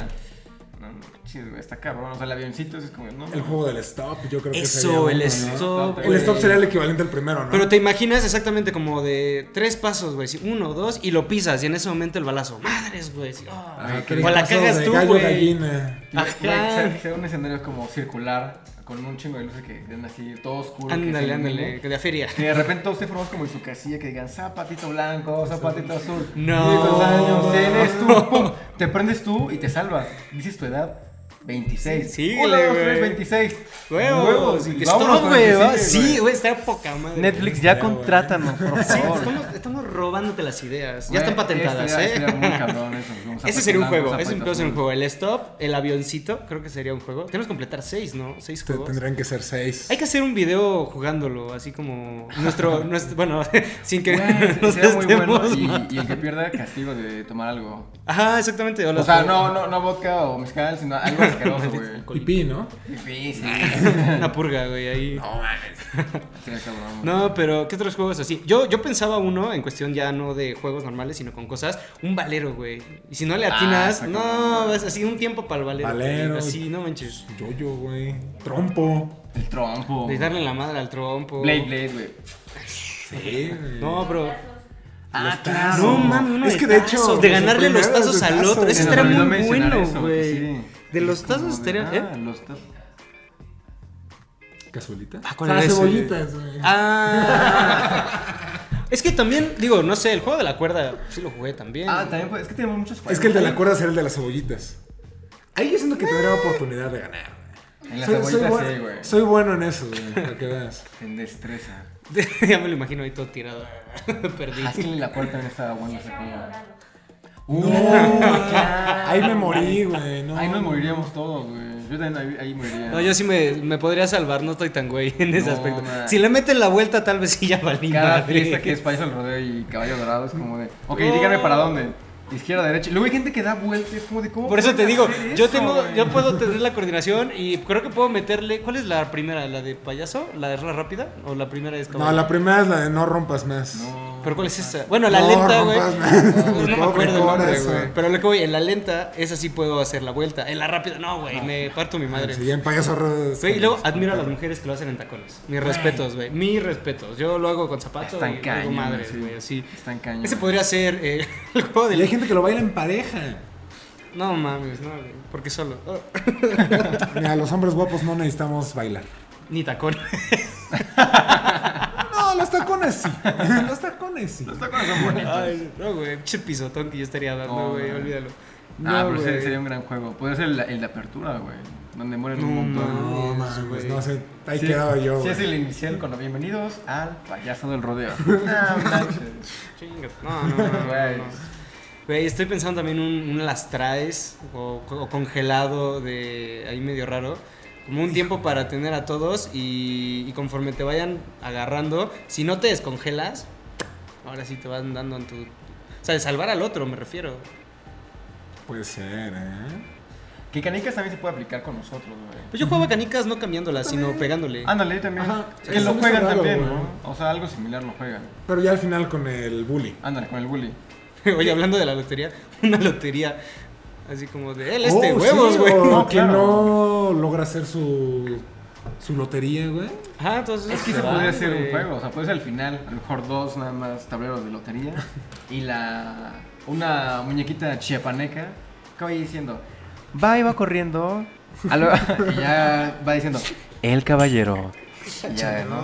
No, no, chis, güey, está cabrón. O sea, el avioncito es como. No, El no. juego del stop, yo creo que sería Eso, uno, el ¿no? stop. El güey. stop sería el equivalente al primero, ¿no? Pero te imaginas exactamente como de tres pasos, güey. sí, Uno, dos, y lo pisas. Y en ese momento el balazo. Madres, güey. sí, ah. Ah, O la caricazo cagas de tú, gallo, güey. gallina. Güey, Ajá. que sea- que sea un escenario como circular, con un chingo de luces que den así todo oscuro. que ándale, se ilumine. ándale. Que de a feria. Que de repente todos se forman como en su casilla que digan zapatito blanco, zapatito azul. No. ¿Cuántos años tienes tú? Pum, Te prendes tú y te salvas. Dices tu edad. 26. Sí, Uno, síguele, dos, tres, güey. 26. Huevos. y que vámonos stop, con güey. el que va. sigue, Sí, güey. Está poca madre. Netflix, ya Ya, güey. contrátanos, por Sí, favor. estamos, estamos robándote las ideas. Güey, este ya están patentadas, estaría- ¿eh? estaría muy cabrón eso, como Ese sería un juego, ese ese podría ser un juego. El stop, el avioncito, creo que sería un juego. Tenemos que completar seis, ¿no? Seis Te- juegos. Tendrían que ser seis. Hay que hacer un video jugándolo, así como nuestro, nuestro bueno, sin que Güey, nos sería muy bueno estemos y, y el que pierda castigo de tomar algo. Ajá, exactamente. O sea, no, no, no vodka o mezcal, sino algo asqueroso, güey. Pipí, ¿no? Difícil. Una purga, güey, ahí. No mames. Sí, cabrón. No, pero ¿qué otros juegos así? Yo, yo pensaba uno, en cuestión ya no de juegos normales, sino con cosas, un valero, güey. Y si no le Ah, atinas, está no, cabrón. es así un tiempo para el valero. güey. Valero. Así, no manches. Yo-yo, güey. Trompo. El trompo. De darle la madre al trompo. Blade, Blade, güey. Sí, güey. No, bro. Ah, tazos. No mames, uno Es de que de hecho, tazos, los de ganarle los primeros tazos de al tazos, otro. Ese se me estaría olvidó muy bueno, güey. Sí. De los Es como tazos de, estaría, Ah, ¿eh? los tazos. ¿Cazuelita? Ah, ¿cuál era ese? güey. eh, Ah. es que también, digo, no sé, el juego de la cuerda sí lo jugué también. Ah, también, pues, es que tenemos muchos juegos. Es que el de la cuerda será el de las cebollitas. Ahí yo siento que tendría oportunidad de ganar. güey. En las Soy- soy, cebollitas sí, bueno- güey. soy bueno en eso, güey, para que veas. En destreza. ya me lo imagino ahí todo tirado. Perdí. Ah, es que el de la cuerda también estaba bueno ese juego. Uh, Uh, No, ahí me morí, güey. No. Ahí nos moriríamos todos, güey. Yo también ahí, ahí moriría. No, yo sí me, me podría salvar, no estoy tan güey en ese No, aspecto. man. Si le meten la vuelta, tal vez sí ya valí. Cada madre. fiesta que es País al Rodeo y Caballo Dorado es como de. Ok, díganme para dónde. Izquierda, derecha. Luego hay gente que da vueltas, es como de cómo. Por eso te pueden digo, hacer yo eso, tengo, güey? yo puedo tener la coordinación y creo que puedo meterle. ¿Cuál es la primera? ¿La de payaso? ¿La es la rápida? ¿O la primera es No, caballo? la primera es la de no rompas más. No. ¿Pero cuál es esa? Bueno, la No, lenta, güey. rompas más. No me acuerdo el Pobre nombre, corazón. güey. Pero lo que voy, en la lenta, esa sí puedo hacer la vuelta. En la rápida, no, güey, me parto mi madre. Sí, ya en payaso Rudo- Güey, y luego admiro a las mujeres que lo hacen en tacones. Mis respetos, güey. Mis respetos. Yo lo hago con zapatos Están y hago cañones, madres, sí. güey. Así. Están cañones. Ese podría ser eh, el juego Y hay del. gente que lo baila en pareja. No mames, no, güey. Porque solo. Oh. Mira, los hombres guapos no necesitamos bailar. Ni tacón. No, los tacones sí. Los tacones sí. Está con esos bonitos. Ay, no, güey. Pinche pisotón que yo estaría dando, No, güey. no. Olvídalo. ah, No, pero güey. ese sería un gran juego. Podría ser el, el de apertura, güey. Donde mueren un No, montón. No, Dios, mames, güey. no sé. Ahí Sí, quedaba yo. Sí, güey. es el inicial con los bienvenidos al payaso del rodeo. Ah, manches. Chinga. No, no, no, no, no, no. Güey, estoy pensando también un, un las traes o, o congelado de ahí medio raro. Como un tiempo para tener a todos y, y conforme te vayan agarrando, si no te descongelas, ahora sí te van dando en tu... O sea, de salvar al otro, me refiero. Puede ser, ¿eh? que canicas también se puede aplicar con nosotros, güey. Pues yo jugaba canicas no cambiándolas, sino pegándole. Ándale, también. Ajá. que Eso lo me juegan suena algo, también, güey. ¿no? O sea, algo similar lo juegan. Pero ya al final con el bully. Ándale, con el bully. Oye, hablando de la lotería, una lotería así como de él, este, Oh, huevos, sí, güey. o No, que claro. no logra hacer su, su lotería, güey. Ajá, entonces... Es que se podría hacer un juego, o sea, puede ser al final, a lo mejor dos nada más tableros de lotería y la una muñequita chiapaneca que va diciendo, va y va corriendo, a lo- y ya va diciendo, el caballero, Y ya, ¿no?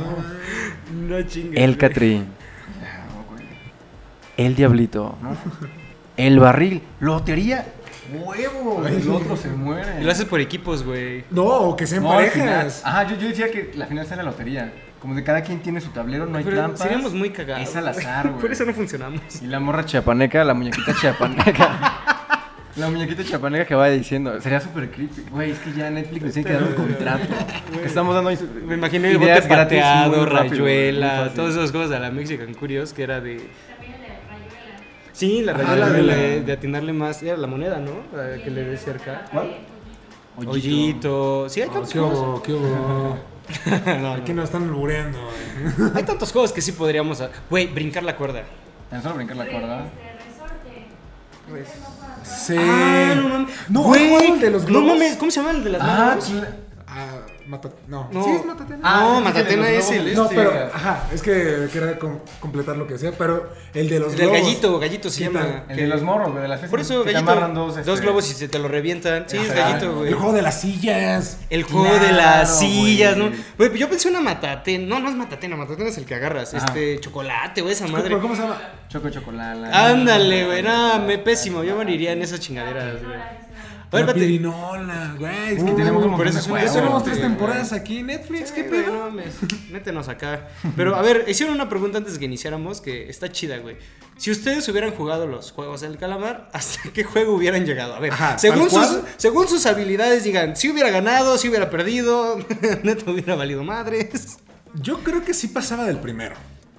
No chingues. El güey. Catrín, Ya, güey, el Diablito, ¿no? el Barril. Lotería, huevo, el otro se muere. Y lo haces por equipos, güey. No, o que sean No, al final. parejas. Ajá, yo, yo decía que la final sea la lotería, como de cada quien tiene su tablero, no hay Pero trampas. seríamos muy cagados. Es al azar, güey. Por eso no funcionamos. Y la morra chapaneca, la muñequita chapaneca. la muñequita chapaneca que va diciendo. Sería súper creepy. Güey, es que ya Netflix le tiene que dar un contrato. Estamos dando ins- Me imaginé el bote ideas gratis pateado, muy rápido, güey, muy rayuela, fácil. todas esas cosas a la Mexican Curious que era de... También el de la rayuela. Sí, la Ah, rayuela la de, de la- le- de atinarle más, era la moneda, ¿no? La que le dé cerca. ¿Cuál? Ollito. Hoyito. Sí, hay tantos ¿Qué juegos. hubo? ¿Qué hubo? No, no. Aquí nos están lureando, güey. Hay tantos juegos que sí podríamos... a- Güey, brincar la cuerda. Tan solo brincar la cuerda. este Resorte. Ustedes no juegan, ¿verdad? Sí. Ah, no mames. No, Güey, ¿cuál el de los globos? No mames, ¿cómo se llama el de las Ah, manos? Ah, Mata- No. No. Sí, es Matatena. Ah, no, Matatena es el este. no, pero, ajá, es que quería com- completar lo que decía, pero el de los El del globos. gallito, gallito se Quitan. llama. El de los morros, güey, de las Por fiestas eso, que te gallito. amarran dos, dos, este, globos y se te lo revientan. Sí, es Ajá. gallito, güey. Ah, El juego de las sillas. El juego de Claro, las sillas, ¿no? güey. Güey, yo pensé una matatena. No, no es matatena, matatena es el que agarras. Ajá. Este, chocolate, güey, esa madre. ¿Pero ¿Cómo se llama? Choco chocolala. Ándale, güey, no, me pésimo. Yo moriría en esas chingaderas, güey. Ahora es una- A ver, la vete. pirinola, güey. Es que Uh, tenemos pero como eso es un Ya juego, tenemos tres güey. temporadas aquí en Netflix, ¿qué Sí, güey, pedo? no mames. métenos acá. Pero a ver, hicieron una pregunta antes de que iniciáramos que está chida, güey. Si ustedes hubieran jugado los juegos del calamar, ¿hasta qué juego hubieran llegado? A ver, Ajá, según, ¿tal cual? sus, según sus habilidades, digan, si hubiera ganado, si hubiera perdido, neta hubiera valido madres. Yo creo que sí pasaba del primero.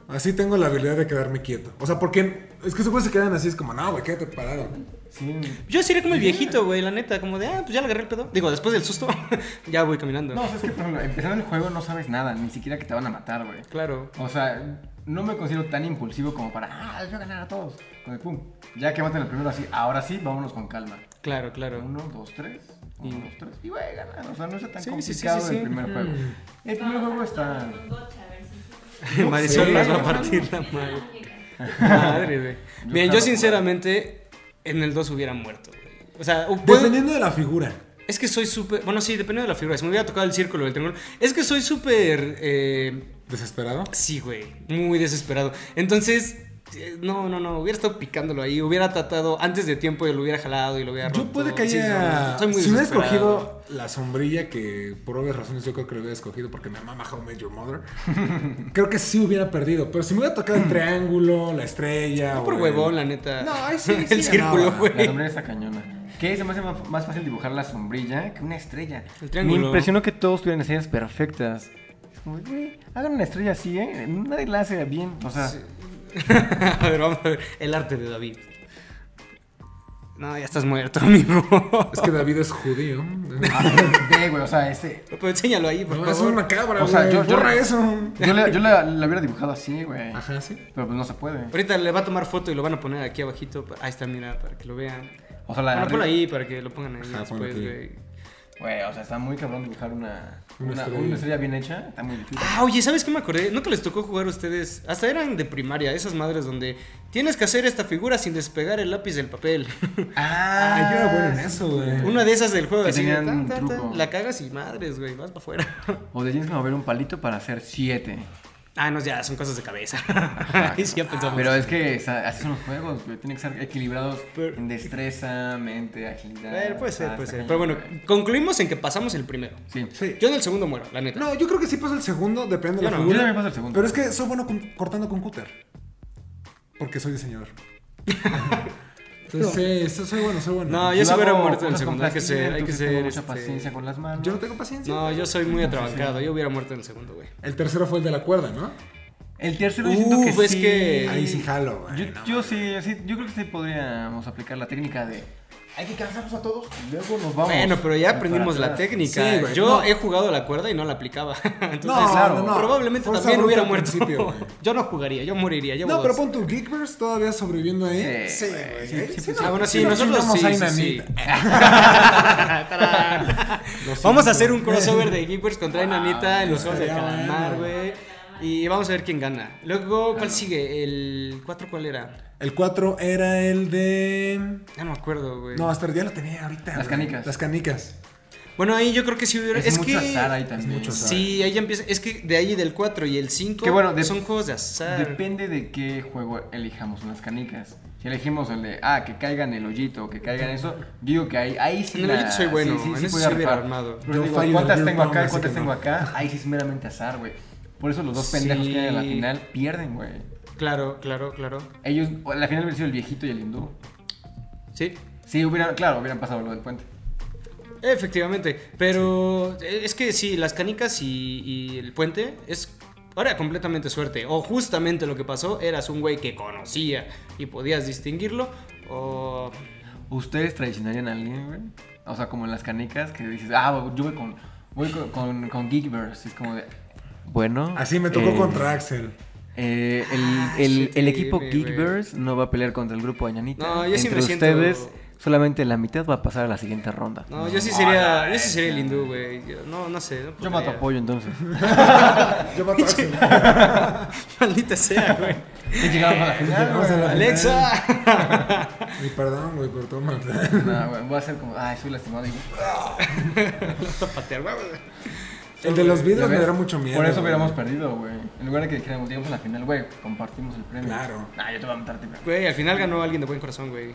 Así tengo la habilidad de quedarme quieto. O sea, porque es que supongo se quedan así, es como, no, güey, quédate parado. Sí. Yo sería como el viejito, güey, la neta, como de, ah, pues ya le agarré el pedo. Digo, después del susto, ya voy caminando. No, o sea, es que, por ejemplo, empezando el juego no sabes nada, ni siquiera que te van a matar, güey. Claro. O sea, no me considero tan impulsivo como para, ah, yo ganar a todos. Con el pum. Ya que maten el primero así, ahora sí, vámonos con calma. Claro, claro. Uno, dos, tres. Uno, Y- dos, tres. Y voy a ganar. O sea, no está tan Sí, sí, sí, complicado sí, sí. el primer juego. Mm. El primer juego está. Marisol Sí. nos va a partir la madre. Madre, güey. Yo Bien, yo claro, sinceramente en el 2 hubiera muerto, güey. O sea, o puedo- Dependiendo de la figura. es que soy súper. Bueno, sí, dependiendo de la figura. Si me hubiera tocado el círculo o el triángulo. Es que soy súper. eh, ¿Desesperado? sí, güey. Muy desesperado. Entonces. eh, No, no, no. Hubiera estado picándolo ahí. Hubiera tratado antes de tiempo y lo hubiera jalado y lo hubiera Yo roto. puede que Sí, haya. no, soy muy si hubiera desesperado. escogido la sombrilla, que por obvias razones yo creo que lo hubiera escogido porque me mama How I Met Your Mother, creo que sí hubiera perdido. Pero si me hubiera tocado el triángulo, la estrella. No Mm. por o el- huevón, la neta. No, ay, sí, sí, El círculo, ganaba. güey. La sombrilla está cañona. ¿Qué se me hace más más fácil dibujar la sombrilla que una estrella? El Me triángulo. impresionó que todos tuvieran estrellas perfectas. Es como, güey, hagan una estrella así, ¿eh? Nadie la hace bien. O sea, a ver, vamos a ver. El arte de David. No, ya estás muerto, amigo. Es que David es judío. ah, ve, güey, o sea, este. Pero enséñalo ahí, por No, es favor. una cabra, O sea, güey, yo- yo- borra eso. Yo, la, yo la- la hubiera dibujado así, güey. Ajá, sí. Pero pues no se puede. Ahorita le va a tomar foto y lo van a poner aquí abajito. pa- Ahí está, mira, para que lo vean. O sea, la de Bueno, arriba- ponlo Ah, ahí para que lo pongan ahí Ajá, ponlo después, aquí. güey. Güey, o sea, está muy cabrón dibujar una, Una una, una estrella. estrella. bien hecha. Está muy difícil. Ah, oye, ¿sabes qué me acordé? Nunca les tocó jugar a ustedes. Hasta eran de primaria, esas madres donde tienes que hacer esta figura sin despegar el lápiz del papel. Ah, yo era bueno en eso, güey. Una de esas del juego, Que así. tenían tan, tan, truco. tan, la cagas y madres, güey, vas para afuera. O de tienes que mover un palito para hacer siete. ah, no, ya, son cosas de cabeza. Ahí sí ya pensamos. Pero es que o sea, así son los juegos, güey. Tienen que ser equilibrados Pero- en destreza, mente, agilidad. Bueno, puede Ah, ser, puede está ser. cañón, Pero bueno, güey. concluimos en que pasamos el primero. Sí. Sí. Yo en el segundo muero, la neta. No, yo creo que sí pasa el segundo, depende de Yo la no, Yo figura. también paso el segundo. Pero es que soy bueno con- cortando con cúter. Porque soy diseñador. Entonces, sí, soy bueno, soy bueno. No, Si yo sí hago hubiera muerto en el cosas segundo. con Hay que plastilina, ser, hay que entonces tengo ser. mucha este, paciencia con las manos. Yo no tengo paciencia. No, yo soy muy atrabancado. Yo hubiera muerto en el segundo, güey. El tercero fue el de la cuerda, ¿no? El tercero Uh, diciendo que pues sí. que- Ahí sí jalo, güey. Yo, no yo mames. sí, sí, yo creo que sí podríamos aplicar la técnica de hay que cansarnos a todos y luego nos vamos. Bueno, pero ya Para aprendimos la atrás. técnica. Sí, güey, yo no. he jugado a la cuerda y no la aplicaba. Entonces, No, claro, no. probablemente Fuerza también bruta hubiera al muerto. principio, güey. yo no jugaría, yo moriría. Llevo No, pero dos. pon tu Geekverse todavía sobreviviendo ahí. Sí, Sí, güey, güey. sí, ¿eh? sí, Sí, pues, no, Ah, bueno, sí, sí, nosotros chingamos sí, ahí, sí, sí. nanita. Tarán. Lo siento. Vamos a hacer un crossover de Geekers contra Inanita en los juegos de estaría calamar, bueno. güey. Y vamos a ver quién gana. Luego, ¿cuál sigue? ¿El 4 cuál era? El 4 era el de. Ya no me acuerdo, güey. No, hasta ya lo tenía ahorita. güey. Las canicas. Las canicas. Bueno, ahí yo creo que sí hubiera. Es, Es, mucho que... azar ahí también. mucho azar. Sí, ahí ya empieza. Es que de ahí del 4 y el 5 Que bueno, de- son juegos de azar. Depende de qué juego elijamos unas canicas. Si elegimos el de, ah, que caigan el hoyito, que caigan eso, digo que ahí, ahí sí En el la- hoyito soy bueno, en eso voy sí a hubiera rifar. armado. Pero Yo digo, fallo en el ¿cuántas beer tengo pong, acá? así ¿Cuántas que tengo no. acá? Ahí sí es meramente azar, güey. Por eso los dos pendejos que hay en la Sí. final pierden, güey. Claro, claro, claro. Ellos, o la final hubiera sido el viejito y el hindú. Sí, Sí, hubieran, claro, hubieran pasado lo del puente. efectivamente. Pero eh, es que sí, las canicas y, y el puente es. Ahora completamente suerte. O justamente lo que pasó, eras un güey que conocía y podías distinguirlo. O. ¿Ustedes traicionarían a alguien, güey? O sea, como en las canicas que dices, ah, yo voy con, voy con, con, con Geekverse. Es como de, bueno. Así me tocó eh, contra Axel. Eh, Ah, el, el- shit, el equipo güey. Geekverse no va a pelear contra el grupo Añanita. No, yo sí Entre me siento- ustedes, solamente la mitad va a pasar a la siguiente ronda. No, yo sí sería. Yo sí sería el hindú, güey. Yo- No, no sé. no Yo podría. mato apoyo entonces. Yo mato a Axel. Maldita sea, güey. Y llegamos a la final. Llegamos a la Alexa. Y perdón, güey, pero toma. No, güey, voy a ser como, ay, soy lastimado. y- Zapatear, güey. El de los Ya vidrios me ves, dará mucho miedo. Por eso güey. hubiéramos perdido, güey. En lugar de que dijéramos, llegamos a la final, güey, compartimos el premio. Claro. Ah, yo te voy a matarte, güey. Güey, al final ganó alguien de buen corazón, güey.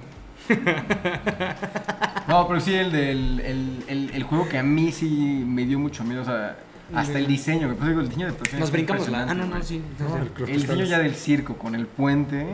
No, pero sí, el del el, el- el juego que a mí sí me dio mucho miedo. O sea, hasta el diseño. que, Pues digo, el diseño de Protección Nos está brincamos la. Ah, no, no, impresionante, sí. No, el güey. Crocus El diseño Talos. ya del circo con el puente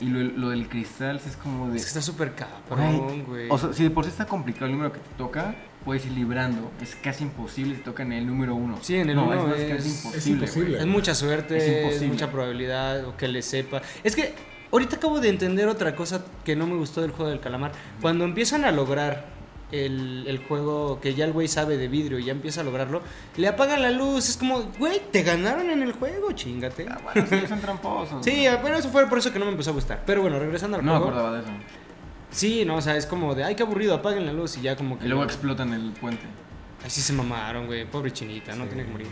y lo, lo del cristal sí es como de. Es que está súper Güey, cabrón, güey. O sea, si de por sí está complicado el número que te toca, puedes ir librando. Es casi imposible si te toca en el número uno. Sí, en el no, uno más es- casi es imposible. güey. imposible. Es mucha suerte, Es es imposible. mucha probabilidad, o que le sepa. Es que ahorita acabo de entender otra cosa que no me gustó del juego del calamar. Cuando empiezan a lograr el, el juego que ya el güey sabe de vidrio y ya empieza a lograrlo, le apagan la luz. Es como, güey, te ganaron en el juego, chingate. Ah, bueno, sí, son tramposos. Sí, pero eso fue por eso que no me empezó a gustar. Pero bueno, regresando al No me juego. acordaba de eso. sí, no, o sea, es como de, ay, qué aburrido, apaguen la luz y ya como que... Y luego explotan el puente. Así se mamaron, güey, pobre chinita, no tiene que morir.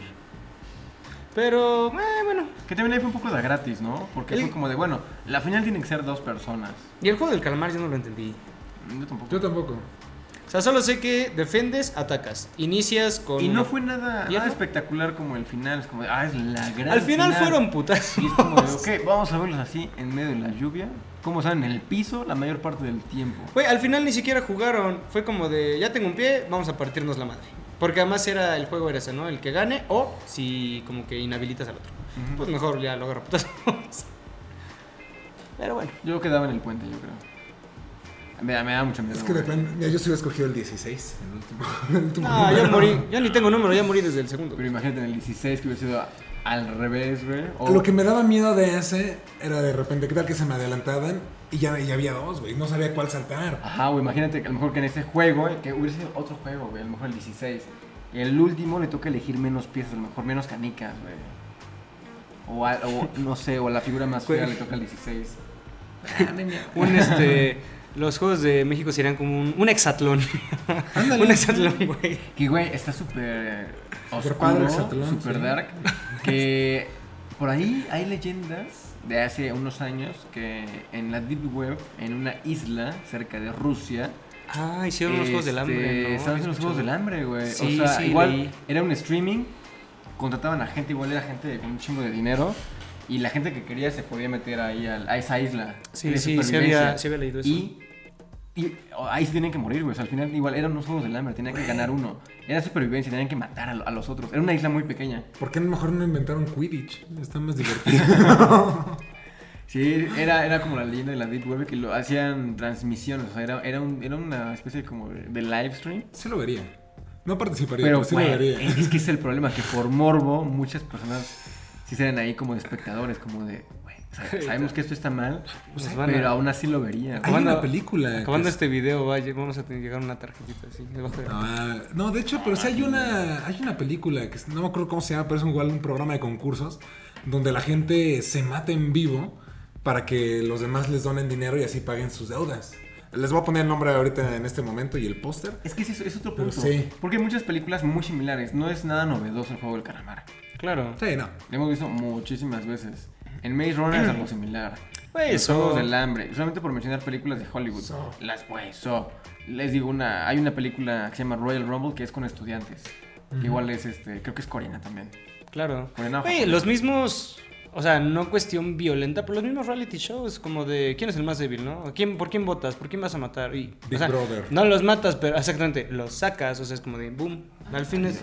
Pero, eh, bueno. Que también ahí fue un poco de gratis, ¿no? Porque El- fue como de, bueno, la final tiene que ser dos personas. Y el juego del calamar yo no lo entendí. Yo tampoco. Yo tampoco. O sea, solo sé que defendes, atacas. Inicias con. Y no fue nada, ¿Y el nada no? espectacular como el final. Es como, de, ah, es la gran. Al final fueron putas. Y es como de, ok, vamos a verlos así en medio de la lluvia. Como saben, en el piso la mayor parte del tiempo. Güey, al final ni siquiera jugaron. Fue como de, ya tengo un pie, vamos a partirnos la madre. Porque además era el juego era ese, ¿no? El que gane o si como que inhabilitas al otro. Ujú. Pues mejor ya lo agarro a putazos. Pero bueno. Yo quedaba en el puente, yo creo. Me da, me da mucho miedo. Es que güey. depende. Mira, yo sí hubiera escogido el 16, el último. el último No, Ah, ya número. morí. Ya ni tengo número, ya morí desde el segundo. Pero imagínate en el 16 que hubiera sido al revés, güey. O- Lo que me daba miedo de ese era de repente, ¿qué tal que se me adelantaban? Y ya, ya había dos, güey. No sabía cuál saltar. Ajá, güey, imagínate que a lo mejor que en ese juego, eh, que hubiera sido otro juego, güey, a lo mejor el 16. El último le toca elegir menos piezas, a lo mejor menos canicas, güey. O, al- o, no sé, o la figura más fea le toca el 16. Un este. Los juegos de México serían como un, un hexatlón. un hexatlón, güey. Que, güey, está súper oscuro, padre Exatlón, súper sí. dark. Que por ahí hay leyendas de hace unos años que en la Deep Web, en una isla cerca de Rusia, Ah, hicieron los juegos del hambre. ¿no? Estaban haciendo los Este, juegos del hambre, güey. Sí, o sea, sí, igual leí. era un streaming, contrataban a gente, igual era gente con un chingo de dinero. Y la gente que quería se podía meter ahí al- a esa isla. Sí, de sí, sí supervivencia. había- sí había leído eso. Y, y, oh, ahí se tienen que morir, güey. O sea, al final igual eran unos juegos del hambre, tenían que ganar uno. Era supervivencia, tenían que matar a, lo- a los otros. Era una isla muy pequeña. ¿Por qué mejor no inventaron Quidditch? Está más divertido. Sí, era, era como la leyenda de la Deep Web que lo hacían transmisiones. O sea, era, era, un- era una especie como de live stream. Sí lo vería. No participaría, pero, Pero sí güey, eh, lo vería. es que es el problema, que por morbo muchas personas sí salen ahí como de espectadores, como de, güey, sa- sabemos que esto está mal, Pues van a- pero aún así lo vería. Hay güey. Acabando- una película. que Acabando es- este video, va, lleg- vamos a tener, llegar una tarjetita así. debajo de- Ah, no, de hecho, pero sí hay una, hay una película que es- no me acuerdo cómo se llama, pero es igual un programa de concursos donde la gente se mata en vivo para que los demás les donen dinero y así paguen sus deudas. Les voy a poner el nombre ahorita en este momento y el póster. Es que es, es otro Pero punto. sí. Porque hay muchas películas muy similares. No es nada novedoso el juego del calamar. Claro. Sí, no. Lo hemos visto muchísimas veces. En Maze Runner es algo similar. Güey, Los Saw. Juegos del Hambre. Solamente por mencionar películas de Hollywood. Saw. Las, güey, Saw. Les digo una. Hay una película que se llama Royal Rumble que es con estudiantes. Que igual es este. Creo que es coreana también. Claro. Bueno, Güey, pues, joder. los mismos. O sea, no cuestión violenta, pero los mismos reality shows, como de quién es el más débil, ¿no? ¿Quién, ¿Por quién votas? ¿Por quién vas a matar? Y, o Big sea, Brother. No los matas, pero exactamente, los sacas, o sea, es como de boom. Al fin es.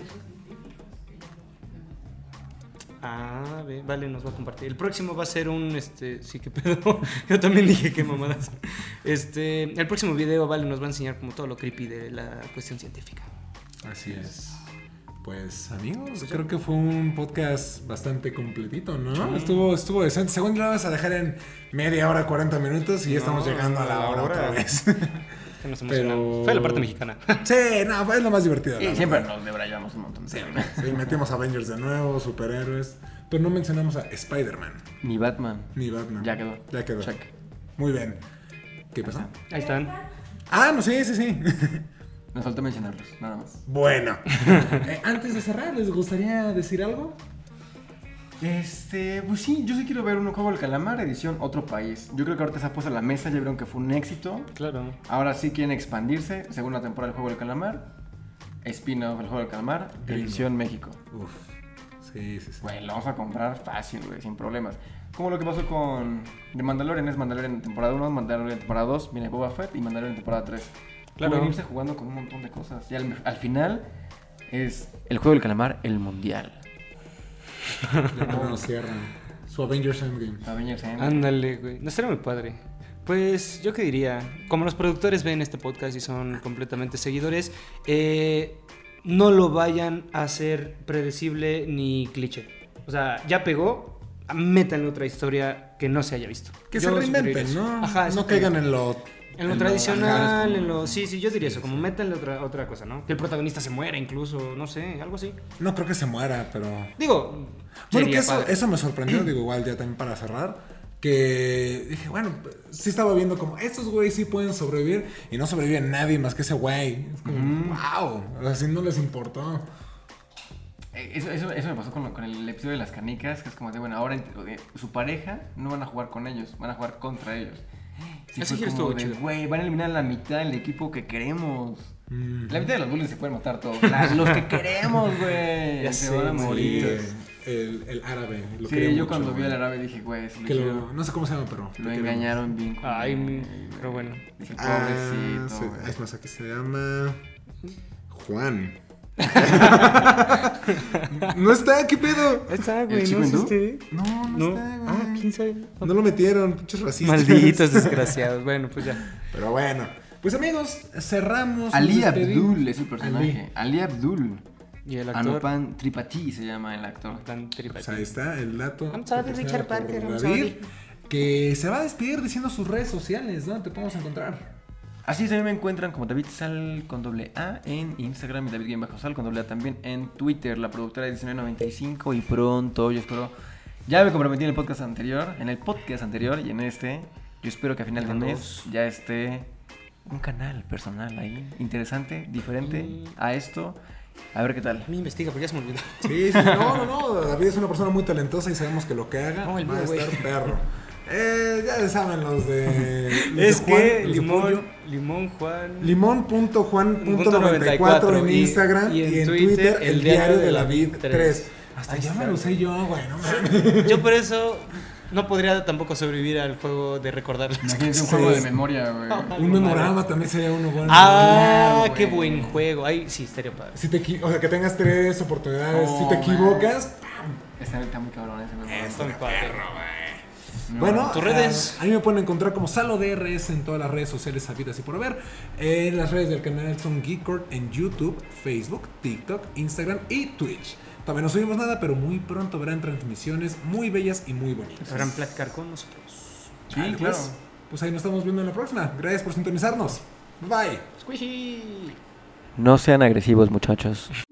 Ah, ve, vale, nos va a compartir. El próximo va a ser un, este, sí que pedo. Yo también dije qué mamadas. Este, el próximo video, vale, nos va a enseñar como todo lo creepy de la cuestión científica. Así es. Pues amigos, creo que fue un podcast bastante completito, ¿no? Estuvo, estuvo decente. Según lo vas a dejar en media hora, 40 minutos y ya estamos No, llegando a la la hora, hora. otra vez. Que nos Pero- emocionamos. Fue la parte mexicana. sí, no, es lo más divertido. la Y siempre verdad. nos debrayamos un montón. Sí, metimos Avengers de nuevo, superhéroes. Pero no mencionamos a Spider-Man Ni Batman. ni Batman. Ya quedó. Ya quedó. Check. Muy bien. ¿Qué pasó? Ahí están. Ah, no, sí, sí, sí. Nos falta mencionarlos, nada más. bueno. Eh, antes de cerrar, ¿les gustaría decir algo? Este, pues sí, yo sí quiero ver un juego del calamar, edición Otro País. Yo creo que ahorita se ha puesto a la mesa, ya vieron que fue un éxito. Claro. Ahora sí quieren expandirse, segunda temporada del juego del calamar. Spin-off del juego del calamar, Gringo. edición México. Uf. Sí, sí, sí. Güey, lo vamos a comprar fácil, güey, sin problemas. Como lo que pasó con The Mandalorian, es Mandalorian temporada 1, Mandalorian temporada 2, viene Boba Fett y Mandalorian temporada 3. Claro. Pueden irse jugando con un montón de cosas. Y al, al final es el juego del calamar, el mundial. Ya no lo cierran. Su Avengers Endgame. Avengers Endgame. Ándale, güey. No estaría muy padre. Pues yo qué diría, como los productores ven este podcast y son completamente seguidores, eh, no lo vayan a hacer predecible ni cliché. O sea, ya pegó, métanle otra historia que no se haya visto. Que Yo se sugeriría reinventen, eso. ¿no? Ajá, no exactamente. caigan en lo. En lo en lo- tradicional, ajá, es como- en lo... Sí, sí, yo diría eso, como métanle otra, otra cosa, ¿no? Que el protagonista se muera incluso, no sé, algo así. No creo que se muera, pero. Digo, Bueno, sería que eso, padre. eso me sorprendió, digo, igual ya también para cerrar. Que dije, bueno, sí estaba viendo como estos güeyes sí pueden sobrevivir y no sobrevive nadie más que ese güey. Es como, wow, o sea, sí no les importó. Eh, Eso, eso, eso me pasó con, lo- con el episodio de las canicas, que es como de, bueno, ahora ent- eh, su pareja no van a jugar con ellos, van a jugar contra ellos. Sí fue Ese giro como estuvo de, chido. Güey, van a eliminar a la mitad del equipo que queremos. Mm. La mitad de los bullies se pueden matar todos. La- los que queremos, güey. Ya se sé, van a sí. morir. Eh, El, el árabe. Lo Sí, quería yo mucho, cuando vi güey. al árabe dije, güey, se lo, Que hicieron- lo, no sé cómo se llama, pero. lo engañaron bien. culero, Ay, güey. pero bueno. Dije, Ah, sí. pobrecito. güey. Es más, aquí se llama. Juan. no está, ¿qué pedo? Ahí Está, ¿El güey, chico ¿no hindú? existe? No, no, No. está, güey. Ah, quién sabe. No lo metieron, pinches racistas. Malditos desgraciados. Bueno, pues ya. Pero bueno. Pues amigos, cerramos. Ali nos despedimos. Abdul es el personaje. Ali, Abdul. Y el actor. Anupan Tripathi se llama el actor. Tan Ah, Pues ahí está el dato. I'm sorry, proporcionado Richard por Parker, I'm David, sorry. Que se va a despedir diciendo sus redes sociales, ¿no? Te podemos encontrar. Así también me encuentran como David Sal con doble A en Instagram y David Bajo Sal con doble A también en Twitter, la productora de 1995 y pronto, yo espero, ya me comprometí en el podcast anterior, en el podcast anterior y en este, yo espero que a final de En mes dos. ya esté un canal personal ahí, interesante, diferente a esto, a ver qué tal. A mí investiga, porque ya se me olvidó. Sí, sí. No, no, no. David es una persona muy talentosa y sabemos que lo que haga No, el va a mío, güey. estar perro. Eh, ya saben los de. los de Es Juan, que los de Pollo. Limón, Limón Juan. Limón.juan.94 en y- Instagram y, en Twitter el diario de la vid 3. tres. Hasta Ahí ya me está. lo sé yo, güey, no mames. Yo por eso no podría tampoco sobrevivir al juego de recordar las Imagínense un Sí. juego de memoria, güey. Un memorama también sería uno bueno. Ah, güey. qué buen juego. Ay, sí, estaría padre. Si te, equi- o sea, que tengas tres oportunidades. Oh, si te man. equivocas. Está, está muy cabrón ese memoria. Está muy padre. Bueno, ah, Tus redes. A, a mí me pueden encontrar como SaloDRS en todas las redes sociales habidas y por haber. Eh, las redes del canal son Geekord en YouTube, Facebook, TikTok, Instagram y Twitch. Todavía no subimos nada, pero muy pronto verán transmisiones muy bellas y muy bonitas. Sabrán platicar con nosotros. Sí, Pues, claro. Pues ahí nos estamos viendo en la próxima. Gracias por sintonizarnos. Bye. Squishy. No sean agresivos, muchachos.